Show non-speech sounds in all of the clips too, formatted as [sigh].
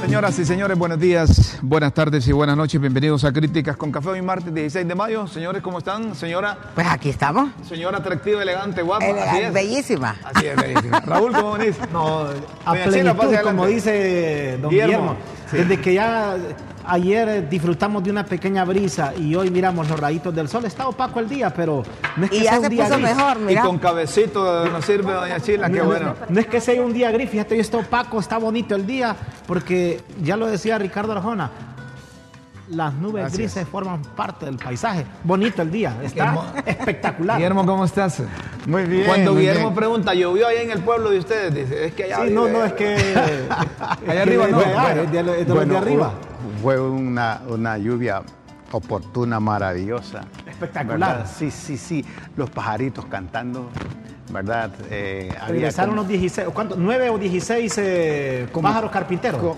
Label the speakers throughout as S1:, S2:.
S1: Señoras y señores, buenos días, buenas tardes y buenas noches. Bienvenidos a Críticas con Café hoy martes 16 de mayo. Señores, ¿cómo están? Señora,
S2: Pues aquí estamos.
S1: señora atractiva, elegante, guapa.
S2: Ele-
S1: así es.
S2: bellísima.
S1: Así es, bellísima. Raúl, ¿cómo [laughs] venís?
S3: No, a
S1: Doña Chela, pase
S3: plenitud,
S1: adelante.
S3: como dice don
S1: Guillermo.
S3: Guillermo.
S1: Sí.
S3: Desde que ya ayer disfrutamos de una pequeña brisa y hoy miramos los rayitos del sol, está opaco el día, pero no es que
S2: Y
S3: sea
S2: ya
S3: un
S2: se
S3: día
S2: puso
S3: gris.
S2: mejor,
S1: Y
S2: mira.
S1: con cabecito nos sirve Doña Chila, Ah, qué
S3: No,
S1: bueno.
S3: no es que sea un día gris, fíjate, hoy está opaco, está bonito el día, porque ya lo decía Ricardo Arjona, las nubes
S1: Gracias.
S3: grises forman parte del paisaje. Bonito el día, está
S1: Guillermo-
S3: espectacular.
S4: Guillermo, ¿cómo estás?
S5: Muy bien.
S1: Cuando
S5: muy
S1: Guillermo
S5: bien.
S1: pregunta, ¿llovió ahí en el pueblo de ustedes? Dice, es que eh, allá.
S3: Sí, no,
S1: vive-
S3: no, es que...
S1: Allá
S3: [laughs]
S1: arriba no,
S3: Bueno,
S1: bueno,
S3: es de, es de los de
S5: Bueno,
S3: arriba.
S5: u- Fue una, una lluvia oportuna, maravillosa.
S3: Espectacular.
S5: ¿verdad? Sí, sí, sí. Los pajaritos cantando, ¿verdad? Eh, había
S3: Regresaron
S5: como-
S3: los 16, ¿cuánto? 9 o 16 eh, pájaros carpinteros.
S5: co-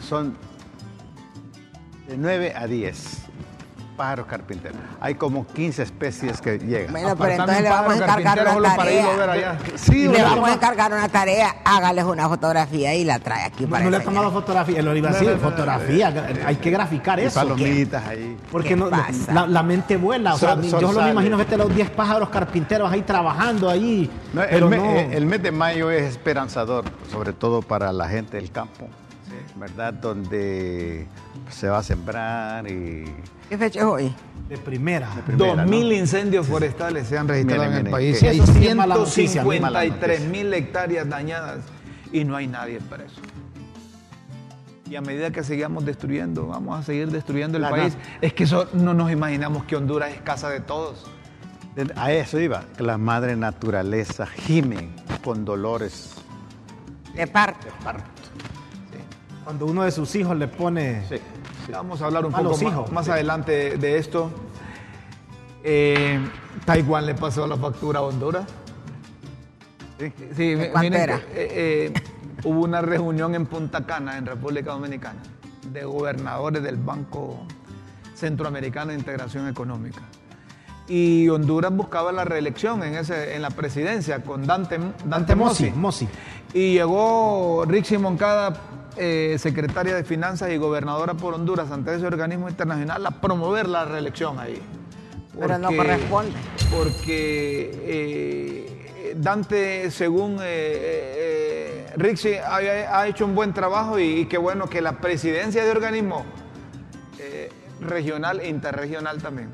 S5: Son de 9 a 10 pájaros carpinteros. Hay como 15 especies que llegan.
S2: Bueno,
S1: Apartame
S2: pero entonces
S1: un
S2: le vamos a
S1: pájaro
S2: encargar
S1: carpintero
S2: una
S1: solo para irlo a ver
S2: tarea.
S1: allá.
S5: Sí,
S2: Le
S5: bueno,
S2: vamos a encargar una tarea, hágales una fotografía y la trae aquí
S3: No,
S2: para
S3: no le he
S2: enseñar.
S3: tomado fotografía, lo iba a decir,
S5: No, no, no,
S3: fotografía, hay que graficar
S5: y
S3: eso.
S5: palomitas ahí.
S3: Porque
S2: ¿Qué
S3: no,
S2: pasa?
S3: la, la mente vuela, o sea,
S5: Sol-
S3: mi-
S5: sol
S3: yo solo me
S5: sale.
S3: imagino vete los 10 pájaros carpinteros ahí trabajando ahí.
S5: No, el,
S3: pero
S5: me-
S3: no.
S5: eh, el mes de mayo es esperanzador, sobre todo para la gente del campo, ¿verdad? Donde se va a sembrar y...
S2: ¿Qué fecha es hoy?
S3: de primera.
S5: primera, ¿no?
S1: 2.000 incendios forestales se han registrado
S5: Miren,
S1: en el
S5: miren,
S1: país.
S5: que-
S1: Hay
S3: Eso sí es mala noticia, muy
S5: mala noticia.
S1: 153.000 hectáreas dañadas y no hay nadie preso. Y a medida que sigamos destruyendo, vamos a seguir destruyendo el
S5: La
S1: país.
S5: nat-
S1: Es que eso no nos imaginamos que Honduras es casa de todos.
S5: A eso iba, que la madre naturaleza gime con dolores.
S2: De parto.
S3: Cuando uno de sus hijos le pone.
S1: Vamos a hablar un
S3: A
S1: poco
S3: los
S1: más,
S3: hijos.
S1: más adelante de, de esto. Eh, Taiwán le pasó la factura a Honduras.
S5: Sí.
S1: Sí, mi-
S2: cuánto
S1: miren que,
S2: era?
S1: eh, eh, hubo una reunión en Punta Cana, en República Dominicana, de gobernadores del Banco Centroamericano de Integración Económica. Y Honduras buscaba la reelección en, ese, en la presidencia con Dante, Dante,
S3: Dante Este Mossi.
S1: Mossi.
S3: Mossi.
S1: Y llegó Rixi Moncada, eh, secretaria de Finanzas y gobernadora por Honduras ante ese organismo internacional, a promover la reelección ahí.
S2: Pero no corresponde.
S1: Porque eh, Dante, según eh, eh, eh, Rixi, ha, ha hecho un buen trabajo y, y qué bueno que la presidencia de organismo eh, regional e interregional también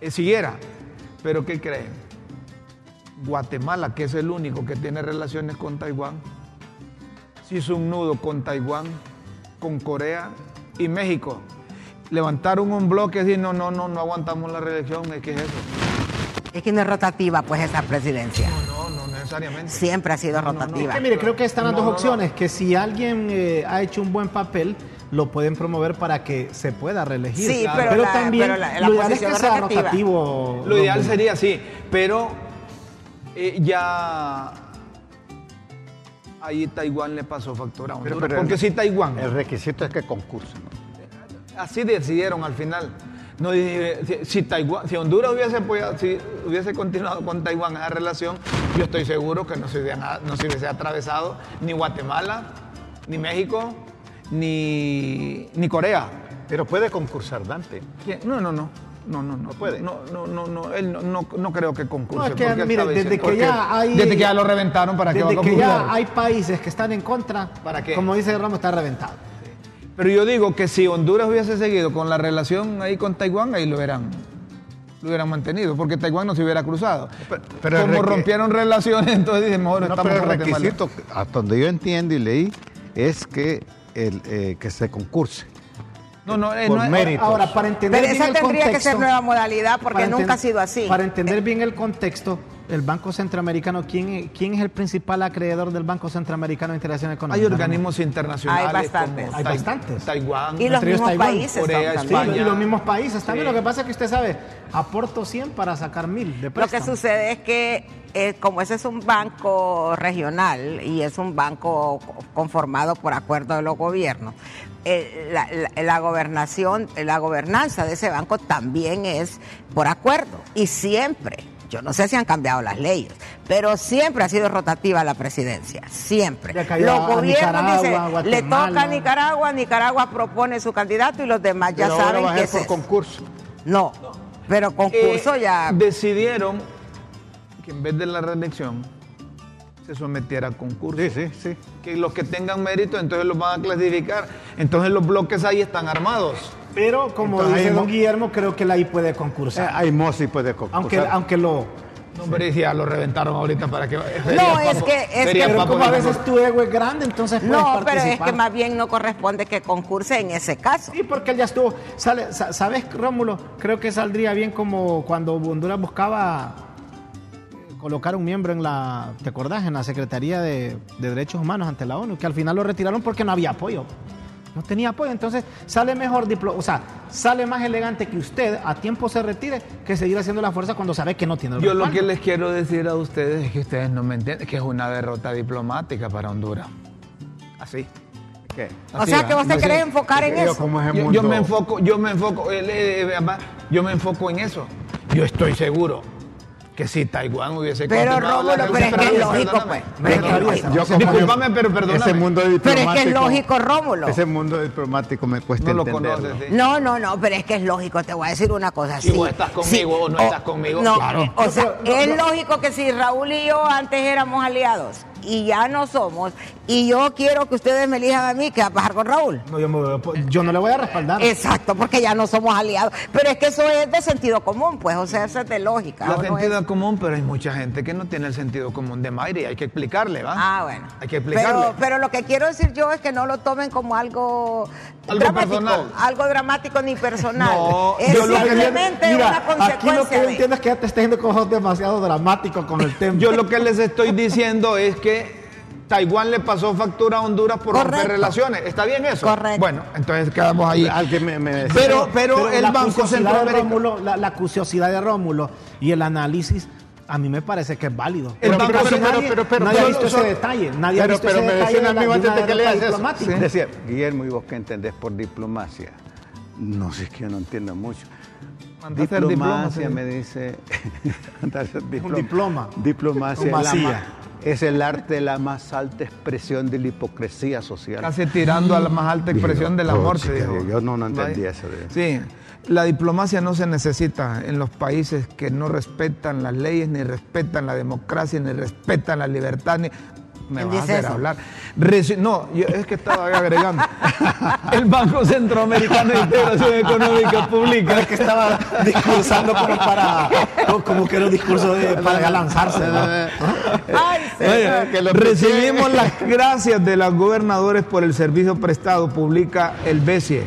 S1: eh, siguiera. Pero ¿qué creen? Guatemala, que es el único que tiene relaciones con Taiwán, se hizo un nudo con Taiwán, con Corea y México. Levantaron un bloque y decir, no, no, no, no aguantamos la reelección, es que es eso.
S2: Es que no es rotativa, pues, esa presidencia.
S1: No, no necesariamente.
S2: Siempre ha sido
S1: No, no, no.
S2: rotativa.
S3: Es que mire, creo que están las
S1: No,
S3: dos
S1: no, no.
S3: opciones, que si alguien eh, ha hecho un buen papel, lo pueden promover para que se pueda reelegir.
S2: Sí, pero la-
S3: también
S2: pero la- la
S3: lo ideal es que
S2: posición
S3: sea
S2: rotativa.
S3: rotativo.
S1: Lo ideal
S3: don-
S1: sería así, pero eh, ya ahí Taiwán le pasó factura a Honduras,
S5: Pero- pero
S1: porque
S5: el-
S1: si Taiwán...
S5: El requisito es que concursen. ¿no?
S1: Así decidieron al final. No, dije, si, si Taiwán, si Honduras hubiese apoyado- si hubiese continuado con Taiwán esa relación, yo estoy seguro que no se, hubieran- no se hubiese atravesado ni Guatemala, ni México, ni, ni Corea.
S5: Pero puede concursar Dante.
S1: ¿Quién? No, no, no. No, no, no.
S5: No puede.
S1: No, no, no, no, él no, no- no creo que concurse.
S3: No, es que,
S1: porque él
S3: mire,
S1: estaba
S3: desde
S1: diciendo-
S3: que ya
S1: porque-
S3: hay-
S1: Desde que ya lo reventaron, ¿para qué va a
S3: Desde que
S1: concurrir?
S3: ya hay países que están en contra,
S1: ¿Para qué?
S3: como dice Ramos, está reventado.
S1: Pero yo digo que si Honduras hubiese seguido con la relación ahí con Taiwán, ahí lo hubieran, lo hubieran mantenido, porque Taiwán no se hubiera cruzado.
S5: Pero- pero
S1: Como
S5: es que-
S1: rompieron relaciones, [laughs] entonces dicen, mejor
S5: No,
S1: estamos
S5: pero el
S1: con este Guatemala.
S5: requisito, hasta donde yo entiendo y leí, es que, el, eh, que se concurse.
S1: No, no, eh,
S5: por
S1: no, eh,
S5: mérito.
S3: Ahora, para entender
S2: Pero
S3: bien
S2: esa
S3: el
S2: tendría que
S3: contexto-
S2: ser nueva modalidad porque
S3: para
S2: nunca
S3: enten-
S2: ha sido así.
S3: Para entender bien el contexto, el Banco Centroamericano, ¿quién, es- quién es el principal acreedor del Banco Centroamericano de Integración Económica?
S1: hay organismos internacionales
S2: Hay bastantes.
S1: como
S3: Hay
S1: Tai-
S3: bastantes.
S1: Taiwán.
S2: y los
S3: entre ellos
S2: mismos
S3: Taiwán,
S2: países
S1: Corea,
S2: son
S3: Sí,
S2: también.
S1: España.
S3: y los mismos países también.
S1: Sí.
S3: Lo que pasa es que usted sabe, aporto 100 para sacar 1000 de
S2: Lo que
S3: préstamo.
S2: sucede es que eh, como ese es un banco regional y es un banco co- conformado por acuerdo de los gobiernos, eh, la, la- la gobernación, la gobernanza de ese banco también es por acuerdo y siempre. Yo no sé si han cambiado las leyes, pero siempre ha sido rotativa la presidencia, siempre.
S3: Le cayó
S2: Los
S3: a Nicaragua,
S2: gobiernos dicen, le
S3: Guatemala.
S2: toca a Nicaragua, Nicaragua propone su candidato y los demás ya
S1: Pero ahora
S2: saben
S1: va a ser
S2: que es
S1: por
S2: eso.
S1: concurso.
S2: No, pero concurso
S1: Eh,
S2: ya...
S1: Decidieron que en vez de la reelección se sometiera a concurso.
S5: Sí, sí, sí.
S1: Que los que tengan mérito, entonces los van a clasificar. Entonces los bloques ahí están armados.
S3: Pero como
S5: Entonces,
S3: dice
S5: ahí
S3: don
S5: mo-
S3: Guillermo, creo que él ahí puede
S5: Eh,
S3: concursar.
S5: Hay Mossi puede concursar.
S3: aunque, aunque lo...
S1: No, hombre, ya lo reventaron ahorita para que. No,
S2: es que- es que-
S3: Pero
S2: papo,
S3: como a
S5: pues,
S3: veces tu ego es grande, entonces puedes
S2: No, pero es
S3: participar.
S2: que más bien no corresponde que concurse en ese caso.
S3: Sí, porque él ya estuvo. Sale, sa- ¿Sabes, Rómulo? Creo que saldría bien como cuando Honduras buscaba eh, colocar un miembro en la, ¿te acordás? En la Secretaría de, de Derechos Humanos ante la ONU, que al final lo retiraron porque no había apoyo. No tenía apoyo, entonces sale mejor, diplo- o sea, sale más elegante que usted a tiempo se retire que seguir haciendo la fuerza cuando sabe que no tiene el
S1: Yo lo
S3: respaldo.
S1: que les quiero decir a ustedes es que ustedes no me entienden, que es una derrota diplomática para Honduras. Así.
S5: ¿Qué?
S2: O sea,
S1: va.
S2: que vos te
S1: Así
S2: querés
S1: va.
S2: enfocar en
S5: Yo
S2: eso.
S5: como es el
S1: Yo, yo
S5: mundo-
S1: me enfoco, yo me enfoco, el, eh, eh, además, yo me enfoco en eso. Yo estoy seguro que si Taiwán hubiese
S2: Pero, Rómulo,
S1: la
S2: pero es que
S1: relación-
S2: es lógico,
S1: perdóname,
S2: pues. Pero es que es
S1: perdóname.
S2: lógico.
S5: Yo como-
S1: Disculpame, pero perdóname.
S5: Ese mundo
S2: Pero es
S5: diplomático.
S2: que es lógico, Rómulo.
S5: Ese mundo diplomático me cuesta
S1: no lo
S5: entenderlo.
S1: conoces. sí.
S2: No, no, no, pero es que es lógico, te voy a decir una cosa así.
S1: Si vos estás conmigo o no estás conmigo,
S2: No,
S1: claro.
S2: o sea,
S3: No, pero-
S2: es
S3: no, no.
S2: lógico que si Raúl y yo antes éramos aliados y ya no somos, y yo quiero que ustedes me elijan a mí, ¿qué va a pasar con Raúl?
S3: No, yo, me- yo no le voy a respaldar.
S2: Exacto, porque ya no somos aliados. Pero es que eso es de sentido común, pues, o sea, eso es de lógica.
S1: La
S2: ¿o no es?
S1: sentido común, pero hay mucha gente que no tiene el sentido común de Mayri, hay que explicarle, ¿va?
S2: Ah, bueno.
S1: Hay que explicarle.
S2: Pero, pero lo que quiero decir yo es que no lo tomen como algo,
S1: Algo
S2: dramático,
S1: personal.
S2: algo dramático ni personal.
S1: No,
S2: es
S1: yo lo que-
S2: simplemente
S3: Mira,
S2: una
S3: aquí lo que
S2: consecuencia.
S3: yo
S2: de-
S3: entiendo es que ya te estás yendo con ojos demasiado dramáticos con
S1: [laughs]
S3: el tema.
S1: Yo lo que les estoy diciendo es que Taiwán le pasó factura a Honduras por romper
S2: Correcto.
S1: relaciones. ¿Está bien eso?
S2: Correcto.
S1: Bueno, entonces quedamos ahí.
S5: Al que me- me-
S1: pero, pero, el
S3: la
S1: Banco
S3: curiosidad de
S1: Centroamericano.
S3: Rómulo, la, la curiosidad de Rómulo y el análisis, a mí me parece que es válido.
S1: El
S3: Porque
S1: Banco
S3: creo que
S1: Central-
S3: nadie,
S1: pero- pero-
S3: nadie
S1: pero-
S3: ha visto
S1: solo-
S3: ese detalle. Nadie ha
S5: Pero,
S3: visto
S5: pero
S3: ese
S5: me
S3: detalle.
S5: decían a mí
S3: de
S5: antes
S3: una
S5: de que leas
S3: derrota
S5: eso.
S3: diplomática.
S5: [laughs] Es decir, Guillermo, ¿y vos qué entendés por diplomacia? No sé, es que yo no entiendo mucho.
S1: Mandaste el diploma,
S5: Diplomacia
S1: sí.
S5: me dice. [laughs] mandaste el
S3: Un diploma.
S5: Diplomacia es, la
S3: Diplomacia.
S5: ma- es el arte, la más alta expresión de la hipocresía social. [laughs]
S1: Casi tirando a la más alta expresión
S5: Digo,
S1: del amor,
S5: oh,
S1: te
S5: chica,
S1: digo.
S5: yo no- no entendí
S1: Vaya.
S5: eso de-
S1: Sí, la diplomacia no se necesita en los países que no respetan las leyes, ni respetan la democracia, ni respetan la libertad, ni... Me
S2: ¿Quién
S1: vas a
S2: dice
S1: hacer
S2: eso?
S1: hablar. Reci- No, yo- es que estaba agregando. [laughs] El Banco Centroamericano de Integración Económica publica.
S3: que estaba discursando como [laughs] para como que era un discurso [laughs] de, para lanzarse ¿no?
S2: Ay, señor.
S5: Ah, que lo
S1: Recibimos las gracias de los gobernadores por el servicio prestado, publica el BESIE.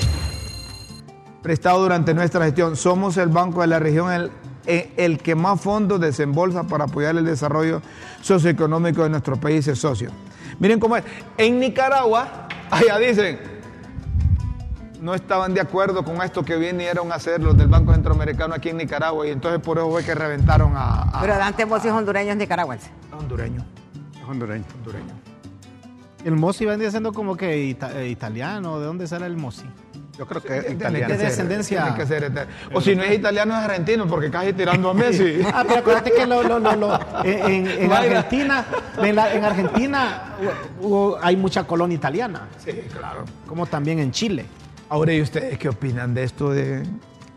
S1: Prestado durante nuestra gestión. Somos el banco de la región el, eh, el que más fondos desembolsa para apoyar el desarrollo socioeconómico de nuestros países socios. Miren cómo es. En Nicaragua, allá dicen, no estaban de acuerdo con esto que vinieron a hacer los del Banco Centroamericano aquí en Nicaragua y entonces por eso fue que reventaron a, a-
S2: Pero Dante Mossi es hondureño, es nicaragüense.
S1: a hondureño.
S5: Hondureño.
S3: el Mossi vendría siendo como que ita- eh, italiano de dónde será el Mossi
S5: Yo creo que es
S1: Tiene
S5: italiano.
S1: que
S3: De
S1: ser,
S3: descendencia.
S1: Eh, tiene que ser italiano. o si no es italiano, es argentino, porque casi tirando a Messi.
S3: Ah, pero acuérdate que lo- lo- lo- lo- eh, en, en- en
S1: Mayra.
S3: Argentina, en, la- en Argentina eh, hubo- hay mucha colonia italiana,
S1: [laughs] sí, claro.
S3: como también en Chile.
S1: Ahora, ¿y ustedes qué opinan de esto de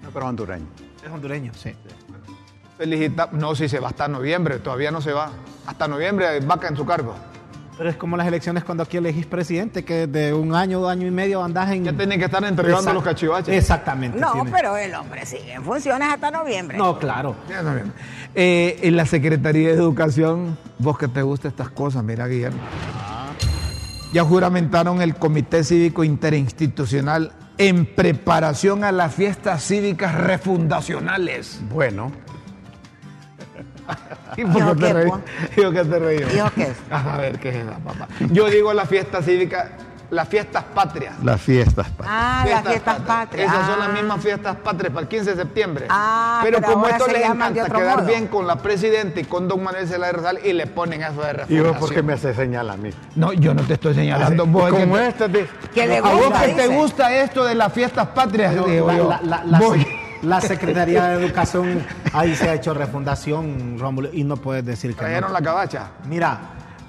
S5: No, pero hondureño.
S3: Es hondureño, sí.
S1: felicitar? No, si se va hasta noviembre, todavía no se va. Hasta noviembre vaca en su cargo.
S3: Pero es como las elecciones cuando aquí elegís presidente, que de un año, año y medio andás en...
S1: Ya tienen que estar entregando
S3: Exact-
S1: los cachivaches.
S3: Exactamente.
S2: No,
S3: tiene.
S2: pero el hombre sigue en funciones hasta noviembre.
S3: No, claro.
S1: Ya, noviembre. Eh, en la Secretaría de Educación, vos que te gustan estas cosas, mira, Guillermo. Ya juramentaron el Comité Cívico Interinstitucional en preparación a las fiestas cívicas refundacionales. [laughs]
S5: Bueno,
S1: ¿Y por
S2: Dijo
S1: qué te
S2: que,
S1: reí?
S2: po.
S1: Dijo que te reí.
S2: Dijo que es.
S1: A ver, ¿qué es esa, papá? Yo digo la fiesta cívica, las fiestas patrias.
S5: las fiestas. pa-
S2: Ah, las fiestas patrias.
S1: Esas son las
S2: Ah.
S1: mismas fiestas patrias para el 15 de septiembre.
S2: Ah,
S1: pero,
S2: pero
S1: como
S2: ahora
S1: esto
S2: se
S1: les
S2: llaman de
S1: encanta
S2: otro
S1: quedar
S2: modo.
S1: bien con la presidenta y con don Manuel Zelaya Rosal y le ponen eso de
S5: ¿Y
S1: refundación.
S5: vos por qué me haces señal a mí?
S1: No, yo no te estoy señalando.
S5: Como
S1: vos es que te-
S5: estas de-
S2: Que le
S1: a vos
S2: gusta,
S1: que te
S2: dice.
S1: gusta esto de las fiestas patrias,
S3: Pero
S1: digo
S3: la-
S1: yo.
S3: la- la- la-
S1: Vos-
S3: La Secretaría de Educación ahí se ha hecho refundación, Rómulo, y no puedes decir que no.
S1: Trajeron la cabacha.
S3: Mira,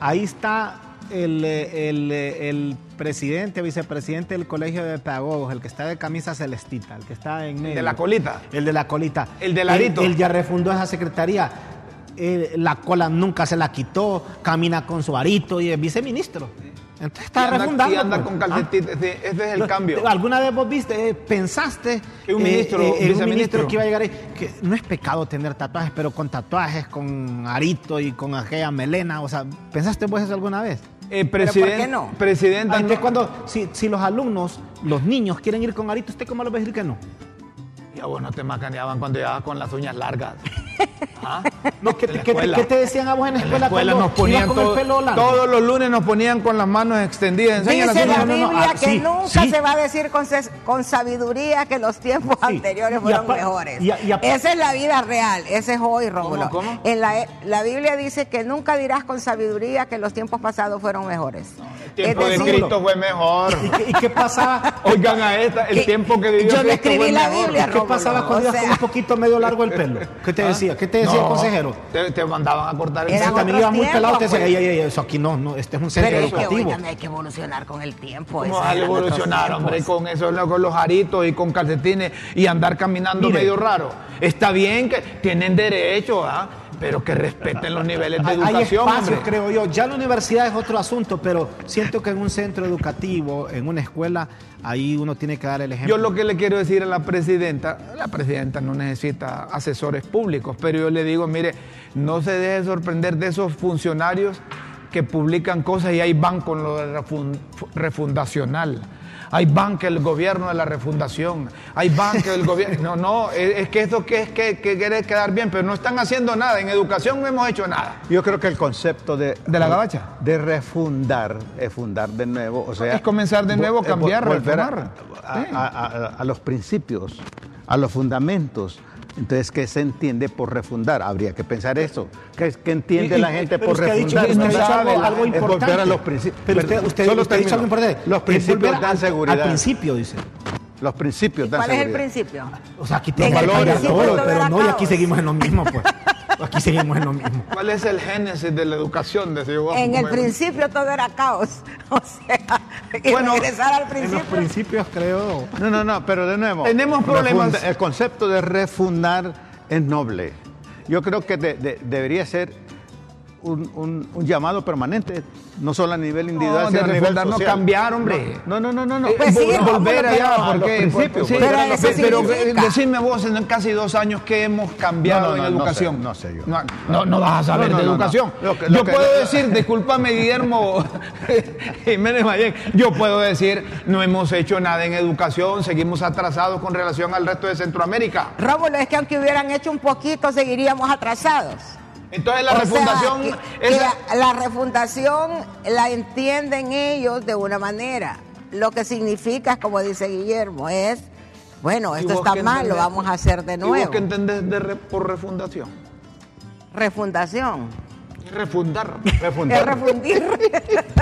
S3: ahí está el, eh, el, eh, el presidente, vicepresidente del Colegio de Pedagogos, el que está de camisa celestita, el que está en medio.
S1: de la colita.
S3: El de la colita.
S1: El del arito.
S3: Él, él ya refundó esa secretaría. Eh, la cola nunca se la quitó, camina con su arito y es viceministro. Entonces
S1: Y
S3: está
S1: anda-
S3: refundando.
S1: Y anda
S3: pues.
S1: con
S3: Ah.
S1: calcetines. Sí, Ese es el
S3: Lo-
S1: cambio.
S3: ¿Alguna vez vos viste, eh, pensaste
S1: Que un ministro,
S3: en un
S1: viceministro.
S3: ministro que iba a llegar ahí, que no es pecado tener tatuajes, pero con tatuajes, con arito y con aquella melena, o sea, ¿pensaste vos eso alguna vez?
S1: Eh,
S2: por qué no?
S1: Presidenta,
S3: Entonces
S1: no-
S3: cuando, si, si los alumnos, los niños quieren ir con arito, ¿usted cómo les va a decir que no?
S1: Y a vos no te macaneaban cuando llegabas con las uñas
S2: [laughs]
S1: largas. ¿Ah?
S3: No, ¿qué,
S1: En la
S3: qué-
S1: escuela.
S3: qué te decían a vos en la
S1: En la
S3: escuela,
S1: escuela
S3: cuando
S1: nos ponían
S3: ibas con
S1: todo-
S3: el pelo largo?
S1: todos los lunes nos ponían con las manos extendidas. Enseña las
S2: Dice la
S1: uñas.
S3: no, no,
S2: Biblia
S3: ah,
S2: que
S3: sí,
S2: nunca
S3: sí.
S2: se va a decir con, ses- con sabiduría que los tiempos
S3: Sí,
S2: anteriores
S3: y
S2: fueron
S3: apa-
S2: mejores.
S3: y a- y a-
S2: Esa es la vida real, ese es hoy, Rómulo.
S1: cómo?
S2: En la, la Biblia dice que nunca dirás con sabiduría que los tiempos pasados fueron mejores.
S1: El tiempo de
S3: decir,
S1: Cristo fue mejor.
S3: ¿Y qué, y qué [laughs] pasaba?
S1: [laughs] Oigan a esta, el
S2: que-
S1: tiempo que vivió
S2: yo no
S1: Cristo
S2: escribí
S1: fue
S2: la
S1: mejor.
S2: Biblia,
S3: ¿Qué
S2: Rómulo,
S3: pasaba cuando
S2: o
S3: ibas con
S2: sea.
S3: un poquito medio largo el pelo? ¿Qué te
S1: ¿Ah?
S3: decía? ¿Qué te decía el
S1: No,
S3: consejero?
S1: Te, te mandaban a cortar el
S2: Era
S1: pelo.
S3: Usted también
S2: otros
S3: iba muy pelado, te
S2: tiempos,
S3: decía,
S2: pues.
S3: "Ey, ey, ey, eso aquí no, no, este es un centro
S2: Pero es que
S3: educativo.
S2: oigan, hay que evolucionar con el tiempo.
S1: ¿Cómo
S2: ese
S1: vas a
S2: es otro
S1: evolucionar,
S2: tiempo.
S1: hombre, con eso, no, con los aritos y con calcetines y andar caminando
S3: Mire.
S1: medio raro? Está bien que tienen derecho, ¿ah? pero que respeten los niveles de
S3: Hay- Hay
S1: educación,
S3: espacios,
S1: hombre.
S3: creo yo. Ya la universidad es otro asunto, pero siento que en un centro educativo, en una escuela, ahí uno tiene que dar el ejemplo.
S1: Yo lo que le quiero decir a la presidenta, la presidenta no necesita asesores públicos, pero yo le digo, mire, no se deje sorprender de esos funcionarios que publican cosas y ahí van con lo de refun- refundacional. Ahí van que el gobierno de la refundación, ahí van que el gobierno... No, no, e-, es, es que esto que es que, que quiere quedar bien, pero no están haciendo nada, en educación no hemos hecho nada.
S5: Yo creo que el concepto de...
S1: ¿De la gabacha?
S5: De refundar, es fundar de nuevo, o sea...
S1: Es comenzar de nuevo,
S5: vo-
S1: cambiar,
S5: vo- volver a,
S1: retomar.
S5: a-
S1: Sí.
S5: a- a- a los principios, a los fundamentos. Entonces, ¿qué se entiende por refundar? Habría que pensar eso. ¿Qué, qué entiende
S1: Y- y-
S5: la gente
S3: Pero
S5: por
S3: usted ha dicho,
S5: refundar?
S3: usted ha
S1: no
S3: dicho
S1: sabe
S3: algo,
S1: la-
S3: algo
S1: es
S5: volver
S3: importante.
S5: a los principios.
S3: Pero usted,
S5: Perdón,
S3: usted,
S5: solo
S3: usted ha dicho
S5: termino.
S3: algo importante.
S5: Los
S3: Es
S5: principios
S3: volver
S5: dan
S3: al-
S5: seguridad.
S3: Al principio, dice.
S5: Los principios dan
S2: ¿Cuál es el
S5: seguridad.
S2: principio?
S3: O sea, aquí
S2: Venga,
S3: tenemos
S5: valores,
S3: valores,
S2: principio es volver
S3: pero
S2: a
S3: no, y aquí
S2: caos.
S3: seguimos en lo mismo, [laughs] pues. Aquí seguimos en lo mismo.
S1: ¿Cuál es el génesis de la educación? Decía yo,
S2: En el
S1: bueno,
S2: principio todo era caos. [laughs] O sea, y
S1: Bueno,
S2: regresar al
S3: En los
S2: principio.
S3: principios, creo.
S5: No, no, no, pero de nuevo.
S1: Tenemos problemas.
S5: refunda- el concepto de refundar es noble. Yo creo que de- de- debería ser un, un- un llamado permanente, no solo a nivel individual,
S1: No,
S5: sino
S1: de
S5: a nivel
S1: refundar, no
S5: social.
S1: cambiar, hombre.
S5: No, no, no, no. no.
S1: Eh,
S2: Pues sí,
S1: vol-
S2: no,
S1: volver
S2: pero-
S1: allá,
S5: a los
S1: porque
S5: principios,
S1: sí,
S5: volver
S2: a
S1: pero,
S2: los principios.
S1: pero, eh, decime vos en casi dos años qué hemos cambiado
S5: No, no,
S1: en
S5: no, no
S1: educación.
S5: sé, no sé yo.
S1: No, no, no vas a saber
S5: No, no,
S1: de
S5: no, no.
S1: educación.
S5: Lo que- lo
S1: yo
S5: que-
S1: puedo decir, discúlpame Guillermo [laughs] Jiménez Mayen, yo puedo decir, no hemos hecho nada en educación, seguimos atrasados con relación al resto de Centroamérica.
S2: Rómulo, es que aunque hubieran hecho un poquito, seguiríamos atrasados.
S1: Entonces la
S2: O sea,
S1: refundación...
S2: que-
S1: esa-
S2: que la, la refundación la entienden ellos de una manera. Lo que significa, como dice Guillermo, es, bueno,
S1: ¿y
S2: esto
S1: vos
S2: está
S1: qué
S2: mal, lo
S1: entendés?
S2: vamos a hacer de
S1: ¿Y vos
S2: nuevo.
S1: qué entendés de re- por refundación?
S2: Refundación. [laughs]
S1: Refundar.
S2: Es
S5: Refundar.
S2: refundir.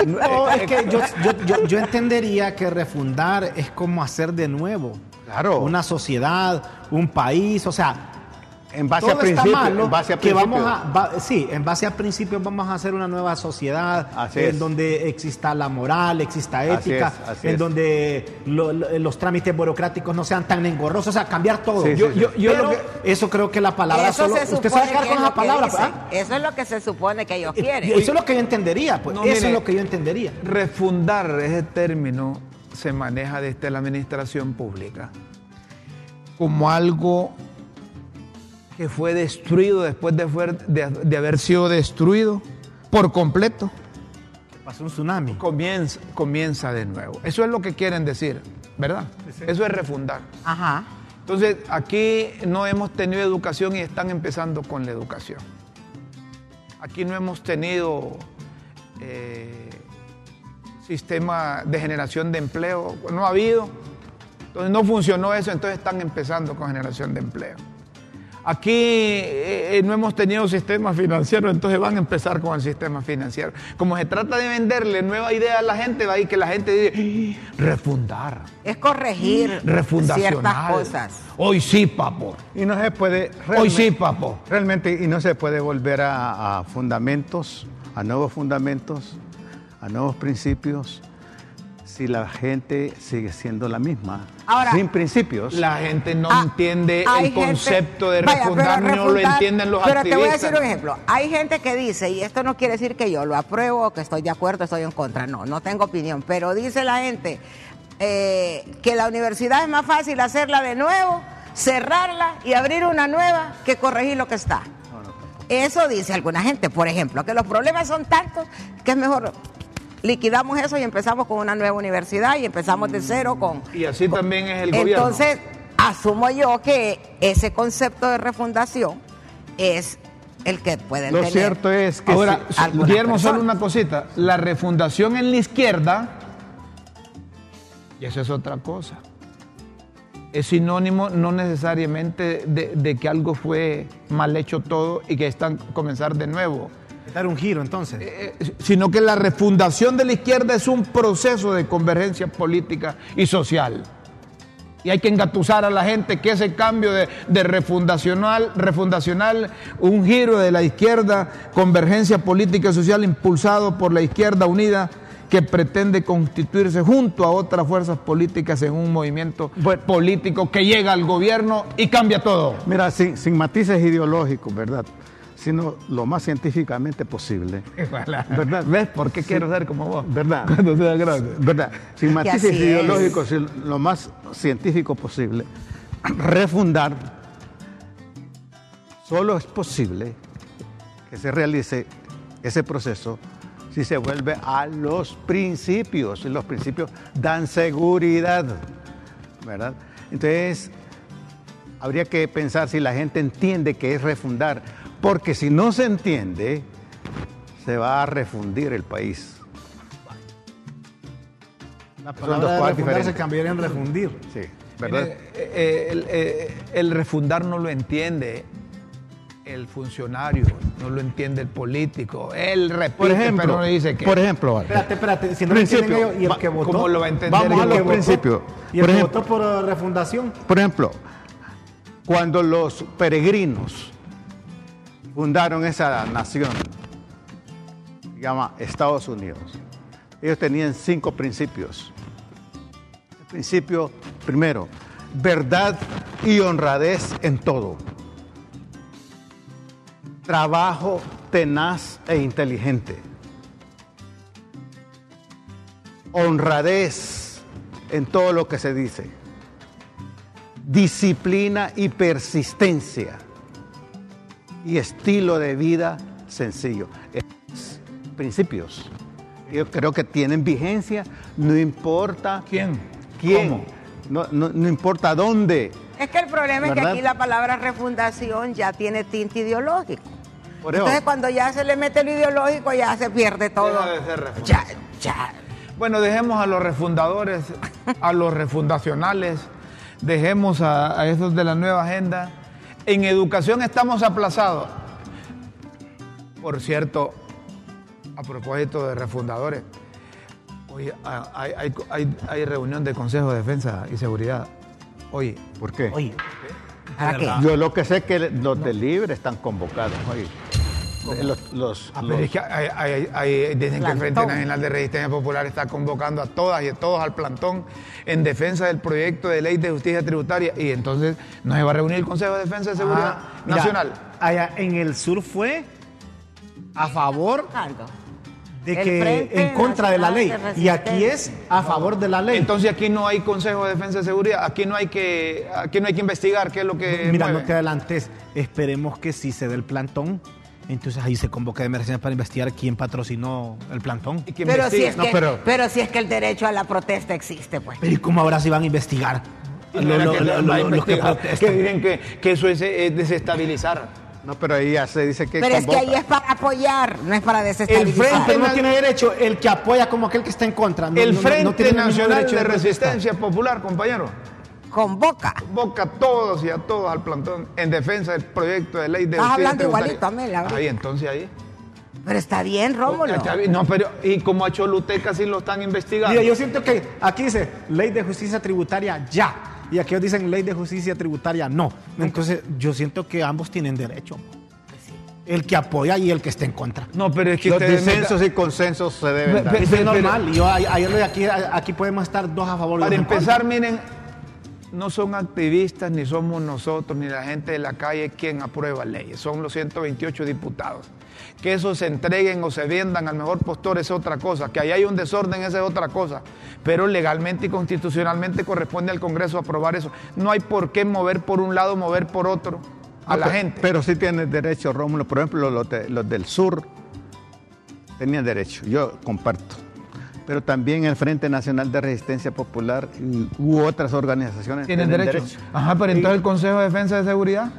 S3: No, es que yo, yo- yo- yo entendería que refundar es como hacer de nuevo.
S5: Claro.
S3: Una sociedad, un país, o sea,
S5: en base
S3: todo
S5: a
S3: está
S5: principios.
S3: malo.
S5: en base a
S3: que
S5: principios.
S3: vamos a, va- sí, en base a principios vamos a hacer una nueva sociedad
S5: Así
S3: en
S5: es.
S3: donde exista la moral, exista
S5: Así
S3: ética,
S5: es, así
S3: en
S5: es.
S3: donde lo- lo- los trámites burocráticos no sean tan engorrosos, o sea, cambiar todo.
S5: Sí, sí,
S3: yo,
S5: sí.
S3: yo- yo
S5: Pero
S3: lo que- eso creo que la palabra
S2: Eso
S3: solo-
S2: se supone
S3: usted sabe quedar
S2: que
S3: con
S2: es
S3: esa
S2: lo que
S3: palabra,
S2: dicen.
S3: ¿ah?
S2: Eso es lo que se supone que ellos
S3: Y
S2: quieren.
S3: Eso es lo que yo entendería, pues.
S1: No,
S3: eso
S1: mire,
S3: es lo que yo entendería.
S1: Refundar ese término se maneja desde la administración pública como algo que fue destruido después de, fuer- de- de haber sido destruido por completo.
S3: Pasó un tsunami.
S5: Eh,
S1: Comienza, comienza de nuevo. Eso es lo que quieren decir, ¿verdad? Eso es refundar.
S2: Ajá.
S1: Entonces, aquí no hemos tenido educación y están empezando con la educación. Aquí no hemos tenido eh, sistema de generación de empleo, no ha habido. Entonces no funcionó eso, entonces están empezando con generación de empleo. Aquí eh, eh, no hemos tenido sistema financiero, entonces van a empezar con el sistema financiero. Como se trata de venderle nueva idea a la gente, va a ir que la gente dice, "Ah, refundar,
S2: Es corregir ciertas
S1: refundacional.
S2: cosas.
S1: Hoy sí, papo.
S5: Y no se puede.
S1: Hoy sí,
S5: realmente-
S1: papo.
S5: Realmente, y no se puede volver a, a fundamentos, a nuevos fundamentos, a nuevos principios, si la gente sigue siendo la misma.
S2: Ahora-
S5: sin principios.
S1: La gente no
S2: Ah,
S1: entiende
S2: hay
S1: el
S2: gente-
S1: concepto de
S2: Vaya, pero
S1: refundar, no lo
S2: refundar-
S1: entienden los
S2: Pero te voy a
S1: activistas.
S2: decir un ejemplo. Hay gente que dice, y esto no quiere decir que yo lo apruebo, que estoy de acuerdo, estoy en contra. No, no tengo opinión. Pero dice la gente eh, que la universidad es más fácil hacerla de nuevo, cerrarla y abrir una nueva que corregir lo que está. Eso dice alguna gente, por ejemplo, que los problemas son tantos que es mejor liquidamos eso y empezamos con una nueva universidad y empezamos de cero con
S1: Y así también es el gobierno.
S2: entonces, asumo yo que ese concepto de refundación es el que pueden
S5: Lo
S2: tener.
S5: cierto es que
S1: Ahora,
S2: sí, algunas
S1: Guillermo, solo
S2: personas.
S1: una cosita. La refundación en la izquierda, y eso es otra cosa, es sinónimo no necesariamente de, de que algo fue mal hecho todo y que están comenzar de nuevo,
S3: Dar un giro entonces.
S1: Eh, sino que la refundación de la izquierda es un proceso de convergencia política y social. Y hay que engatusar a la gente que ese cambio de, de refundacional, refundacional, un giro de la izquierda, convergencia política y social impulsado por la izquierda unida que pretende constituirse junto a otras fuerzas políticas en un movimiento
S5: Bueno.
S1: político que llega al gobierno y cambia todo.
S5: Mira, sin, sin matices ideológicos, ¿verdad? Sino lo más científicamente posible. ¿Verdad?
S1: ¿Ves por qué quiero ser como vos?
S5: ¿Verdad?
S1: [laughs] Cuando sea grande.
S5: ¿Verdad? Sin matices
S2: así
S5: ideológicos, sin- lo más científico posible. Refundar solo es posible que se realice ese proceso si se vuelve a los principios. Y los principios dan seguridad, ¿verdad? Entonces, habría que pensar si la gente entiende que es refundar, porque si no se entiende, se va a refundir el país.
S3: La
S5: son
S3: palabra
S5: dos
S3: de
S5: cosas
S3: refundar se
S5: diferentes.
S3: cambiaría en refundir.
S5: Sí, ¿verdad?
S1: Mire, eh, el, eh, el refundar no lo entiende el funcionario, no lo entiende el político. Él repite,
S5: Por ejemplo,
S1: pero no dice que.
S5: por ejemplo, Val,
S3: Espérate, espérate, si no lo entienden
S5: Principio.
S3: ellos y el
S5: Va-
S3: que votó.
S1: ¿cómo lo va a entender
S3: Vamos
S1: el
S3: a
S1: que
S3: los
S1: votó?
S3: principios. Y el
S5: Por
S3: que
S5: ejemplo-
S3: votó por eh, refundación.
S5: por ejemplo, cuando los peregrinos fundaron esa nación, se llama Estados Unidos, ellos tenían cinco principios. El principio primero, verdad y honradez en todo. Trabajo tenaz e inteligente. honradez en todo lo que se dice, disciplina y persistencia y estilo de vida sencillo. Es principios. Yo creo que tienen vigencia, no importa
S1: ¿Quién?
S5: quién,
S1: ¿Cómo?
S5: no, no- no importa dónde.
S2: Es que el problema es que
S5: ¿Verdad?
S2: aquí la palabra refundación ya tiene tinte ideológico.
S5: Por eso,
S2: Entonces, cuando ya se le mete lo ideológico, ya se pierde todo.
S1: Deja de ser refundación.
S2: Ya, ya.
S1: Bueno, dejemos a los refundadores, a los refundacionales, dejemos a, a esos de la nueva agenda. En educación estamos aplazados. Por cierto, a propósito de refundadores, hoy ah, hay, hay- hay- hay reunión de Consejo de Defensa y Seguridad. Oye,
S5: ¿por qué?
S2: ¿Para qué?
S5: Yo lo que sé es que los de Libre están convocados hoy. Los, los-
S1: Ah,
S5: los-
S1: pero es que hay- hay- hay- dicen que el Frente
S2: Plantón.
S1: Nacional de Resistencia Popular está convocando a todas y a todos al plantón en defensa del proyecto de ley de justicia tributaria y entonces no se va a reunir el Consejo de Defensa y Seguridad
S3: Ah, mira,
S1: Nacional.
S3: Allá en el sur fue a favor
S2: Algo.
S3: de
S2: El
S3: que
S2: Frente
S3: en contra de la ley.
S2: Nacional de
S3: Y aquí es a favor de la ley.
S1: Entonces aquí no hay Consejo de Defensa y Seguridad, aquí no hay que aquí no hay que investigar qué es lo que
S3: Mira,
S1: mueve.
S3: no te adelantes. Esperemos que si se dé el plantón, entonces ahí se convoque de emergencia para investigar quién patrocinó el plantón.
S1: Y que
S2: Pero si,
S1: investigue.
S2: es
S1: No,
S2: que,
S1: pero-
S2: pero... si es que el derecho a la protesta existe, pues.
S3: Pero ¿y cómo ahora si van a investigar?
S1: y
S3: Lo-
S1: no
S3: lo-
S1: era que
S3: lo-
S1: va a
S3: lo- los que
S1: investigar, que
S3: protestan.
S1: dicen que, que eso es, eh, desestabilizar.
S5: no, pero ahí ya se dice que
S2: Pero es que
S5: convoca.
S2: ahí es para apoyar, no es para
S3: El
S2: desestabilizar.
S3: frente no tiene derecho, el que apoya como aquel que está en contra. No-
S1: el
S3: no- no- no
S1: Frente
S3: tiene el mismo
S1: Nacional
S3: derecho
S1: de
S3: protestar.
S1: Resistencia Popular, compañero.
S2: convoca.
S1: Boca a todos y a todos al plantón en defensa del proyecto de ley de
S2: Estás
S1: justicia
S2: hablando
S1: tributaria.
S2: igualito, Amel, ahorita.
S1: Ahí, entonces ahí.
S2: Pero está bien, Rómulo.
S1: Está bien, No, pero y como a Choluteca sí lo están investigando.
S3: Mira, yo siento que aquí dice ley de justicia tributaria ya. Y aquellos dicen ley de justicia tributaria no. Entonces, yo siento que ambos tienen derecho. El que apoya y el que está en contra.
S1: No, pero es que
S5: Los
S1: ustedes no-
S5: disensos y consensos se
S1: Ve-
S5: deben dar.
S1: ve-
S3: Eso es
S1: pero-
S3: normal. Yo, a- ayer lo de aquí, a- aquí podemos estar dos a favor y
S1: Para
S3: dos en contra.
S1: empezar, miren, no son activistas, ni somos nosotros, ni la gente de la calle quien aprueba leyes. Son los 128 diputados. Que esos se entreguen o se vendan al mejor postor es otra cosa. Que ahí hay un desorden, esa es otra cosa. Pero legalmente y constitucionalmente corresponde al Congreso aprobar eso. No hay por qué mover por un lado, mover por otro a
S5: No,
S1: la
S5: pe-
S1: gente.
S5: Pero sí tienen derecho, Rómulo. Por ejemplo, los, de- los del sur tenían derecho. Yo comparto. Pero también el Frente Nacional de Resistencia Popular y- u otras organizaciones
S1: Tienen derecho. Ajá, pero entonces el Consejo de Defensa de Seguridad,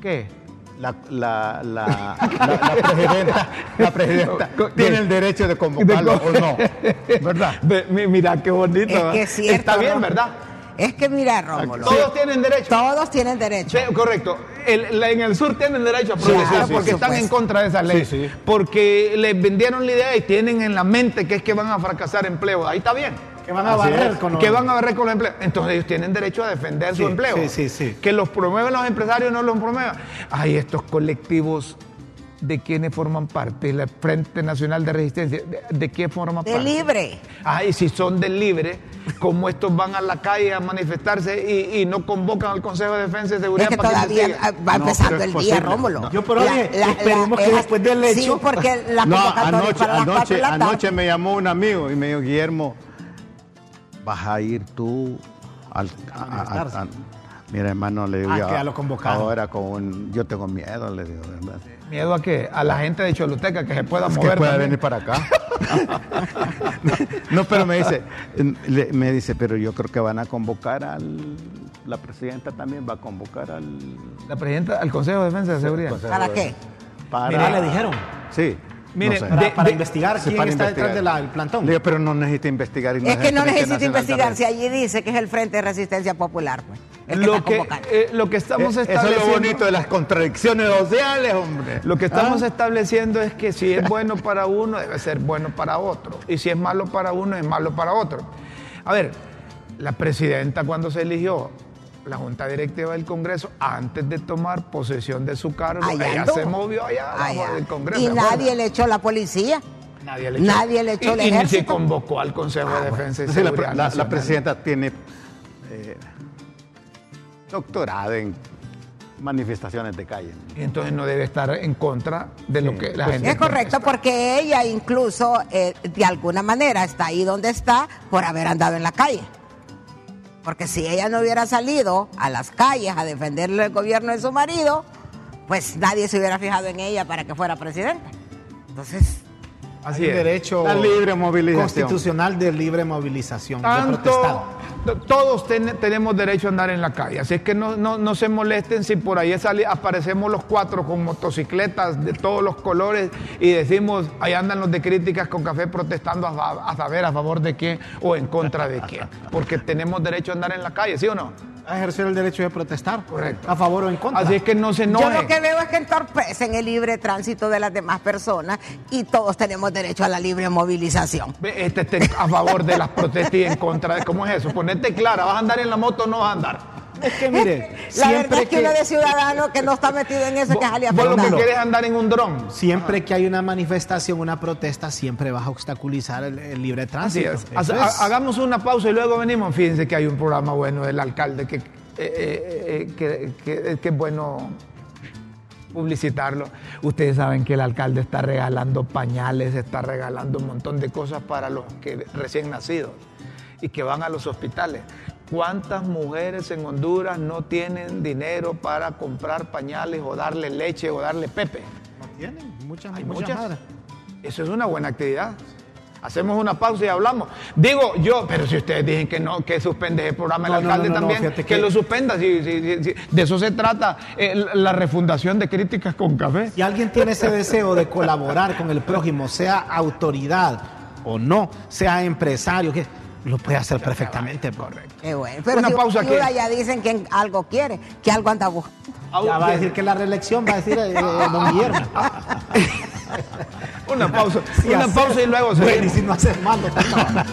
S1: ¿qué?
S5: La, la, la, la- la presidenta, la presidenta
S1: Co-
S5: tiene el derecho de convocarlo o no. ¿Verdad?
S1: Ve- mi- Mira qué bonito.
S2: es
S1: ¿verdad?
S2: que es cierto.
S1: Está bien,
S2: Rómulo.
S1: ¿verdad?
S2: Es que mira, Rómulo.
S1: Todos tienen derecho.
S2: Todos tienen derecho.
S1: Sí, correcto. El- la- en el sur tienen derecho a protestar
S2: sí, sí,
S1: porque
S2: sí.
S1: están en
S2: supuesto.
S1: contra de esa ley.
S5: Sí, sí.
S1: Porque les vendieron la idea y tienen en la mente que es que van a fracasar empleo. Ahí está bien.
S3: Que van a
S5: Así
S3: barrer
S5: es.
S3: con los-
S1: Que van a barrer con los empleos. Entonces ellos tienen derecho a defender
S3: Sí,
S1: su empleo.
S3: sí, sí, sí.
S1: Que los promueven los empresarios no los promuevan. Hay estos colectivos de quienes forman parte. El Frente Nacional de Resistencia, ¿de, de qué forma
S2: De
S1: parte?
S2: libre.
S1: Ay, si son del libre, como estos van a la calle a manifestarse y, y no convocan al Consejo de Defensa y
S2: Es
S1: Seguridad
S2: que
S1: para que
S2: todavía
S1: investigue?
S2: ah, va
S5: No,
S2: empezando
S5: pero es
S2: el
S5: posible.
S2: día, Rómulo.
S5: No.
S3: Yo, pero oye, esperemos que
S2: es-
S3: después del
S2: Sí,
S3: hecho-
S2: porque la
S5: [laughs] No,
S2: convocatoria es
S5: anoche,
S2: para las cuatro de
S5: anoche,
S2: la tarde.
S5: anoche me llamó un amigo y me dijo, Guillermo, vas a ir tú al...
S3: A manifestarse.
S5: mira, hermano, le digo,
S3: Ah,
S5: "ya,
S3: que ya lo convocaron".
S5: ahora con un- yo tengo miedo, le digo, ¿verdad?
S1: ¿Miedo a qué? A la gente de Choluteca que se pueda
S5: Es que
S1: mover.
S5: pueda
S1: también.
S5: venir
S1: [laughs]
S5: para acá. no, pero me dice, le- me dice, pero yo creo que van a convocar al... La presidenta también va a convocar al...
S1: La presidenta al Consejo de Defensa de Seguridad.
S5: Consejo
S2: ¿Para
S5: de-
S2: qué?
S5: Para-
S3: Mira, le dijeron.
S5: Sí.
S1: Miren,
S5: sé.
S1: de-
S3: Para, para
S1: de-
S3: investigar
S5: Sí,
S3: quién
S5: para
S3: está
S5: investigar.
S3: detrás del plantón.
S5: Le digo, pero no necesita investigar. y
S2: Es que
S5: el
S2: no
S5: Frente
S2: necesita
S5: Nacional de
S2: investigar. Si
S5: Resistencia.
S2: allí dice que es el Frente de Resistencia Popular, pues. el que
S1: Lo
S2: está
S1: que,
S2: convocando.
S1: eh, lo que estamos
S5: Eh, Eso es lo
S1: estableciendo.
S5: bonito de ¿Ah? las contradicciones sociales, hombre.
S1: Lo que estamos estableciendo es que si es bueno para uno, debe ser bueno para otro. Y si es malo para uno, es malo para otro. A ver, la presidenta cuando se eligió, la Junta Directiva del Congreso, antes de tomar posesión de su cargo,
S2: Allá
S1: ella
S2: anduvo.
S1: se movió allá abajo
S2: Allá.
S1: del Congreso.
S2: Y
S1: ¿se acuerdan?
S2: nadie le echó la policía.
S1: nadie le
S2: nadie le echó
S1: y,
S2: el
S1: y ni se
S2: ejército.
S1: convocó al Consejo de Defensa y
S5: Entonces, Ah, [laughs] la,
S1: Seguridad
S5: la- la
S1: Nacional.
S5: presidenta tiene eh, doctorado en manifestaciones de calle.
S1: Y entonces no debe estar en contra de lo que la gente
S2: Es correcto, porque ella incluso, eh, de alguna manera, está ahí donde está por haber andado en la calle. Porque si ella no hubiera salido a las calles a defender el gobierno de su marido, pues nadie se hubiera fijado en ella para que fuera presidenta. Entonces,
S1: Así
S3: Hay
S1: es.
S3: un derecho
S5: La libre movilización.
S3: constitucional de libre movilización. de
S1: Tanto,
S3: protestado.
S1: to- todos ten- tenemos derecho a andar en la calle, así es que no, no, no se molesten si por ahí sale, aparecemos los cuatro con motocicletas de todos los colores y decimos, ahí andan los de críticas con café protestando a, fa- a saber a favor de quién o en contra de quién, porque tenemos derecho a andar en la calle, ¿sí o no?
S3: A ejercer el derecho de protestar.
S1: Correcto.
S3: A favor o en contra.
S1: Así es que no se
S2: yo
S1: enojen.
S2: lo que veo es que entorpecen el libre tránsito de las demás personas y todos tenemos derecho a la libre movilización.
S1: Ve, Este esté a favor de las protestas y en contra de. ¿Cómo es eso? Ponete clara, ¿vas a andar en la moto o no vas a andar?
S3: Es que, mire,
S2: La
S3: siempre
S2: verdad es que, uno de ciudadano que no está metido en eso, que jalea
S1: Vos lo que
S2: Fernando.
S1: querés es andar en un dron.
S3: Siempre que hay una manifestación, una protesta, siempre vas a obstaculizar el, el libre
S1: Así
S3: tránsito.
S1: es.
S3: Eso
S1: Ha-
S3: es.
S1: ha- Hagamos una pausa y luego venimos. Fíjense que hay un programa bueno del alcalde que, eh, eh, eh, que- que- que es bueno publicitarlo. Ustedes saben que el alcalde está regalando pañales, está regalando un montón de cosas para los que recién nacidos y que van a los hospitales. ¿Cuántas mujeres en Honduras no tienen dinero para comprar pañales o darle leche o darle pepe?
S3: No tienen, muchas,
S1: Hay
S3: muchas
S1: muchas.
S3: madres.
S1: Eso es una buena actividad. Hacemos una pausa y hablamos. Digo yo, pero si ustedes dicen que no, que suspende el programa el
S3: No, no,
S1: alcalde
S3: no, no, no,
S1: también,
S3: fíjate
S1: que,
S3: que-
S1: lo suspenda. si- si- si- si- De eso se trata eh, la refundación de críticas con café.
S3: Si alguien tiene ese deseo de colaborar con el prójimo, sea autoridad o no, sea empresario, que Lo puede hacer perfectamente. Correcto.
S2: Qué bueno. Pero
S1: Una
S2: si
S1: pausa
S2: ayuda,
S1: aquí.
S2: ya dicen que algo quiere, que algo anda buscando.
S3: Ya va a decir que la reelección va a decir eh, eh, don Guillermo.
S1: Una
S3: [laughs]
S1: pausa. [laughs] una pausa y luego se
S3: Bueno, y si no haces
S1: [laughs]
S3: mal, doctor.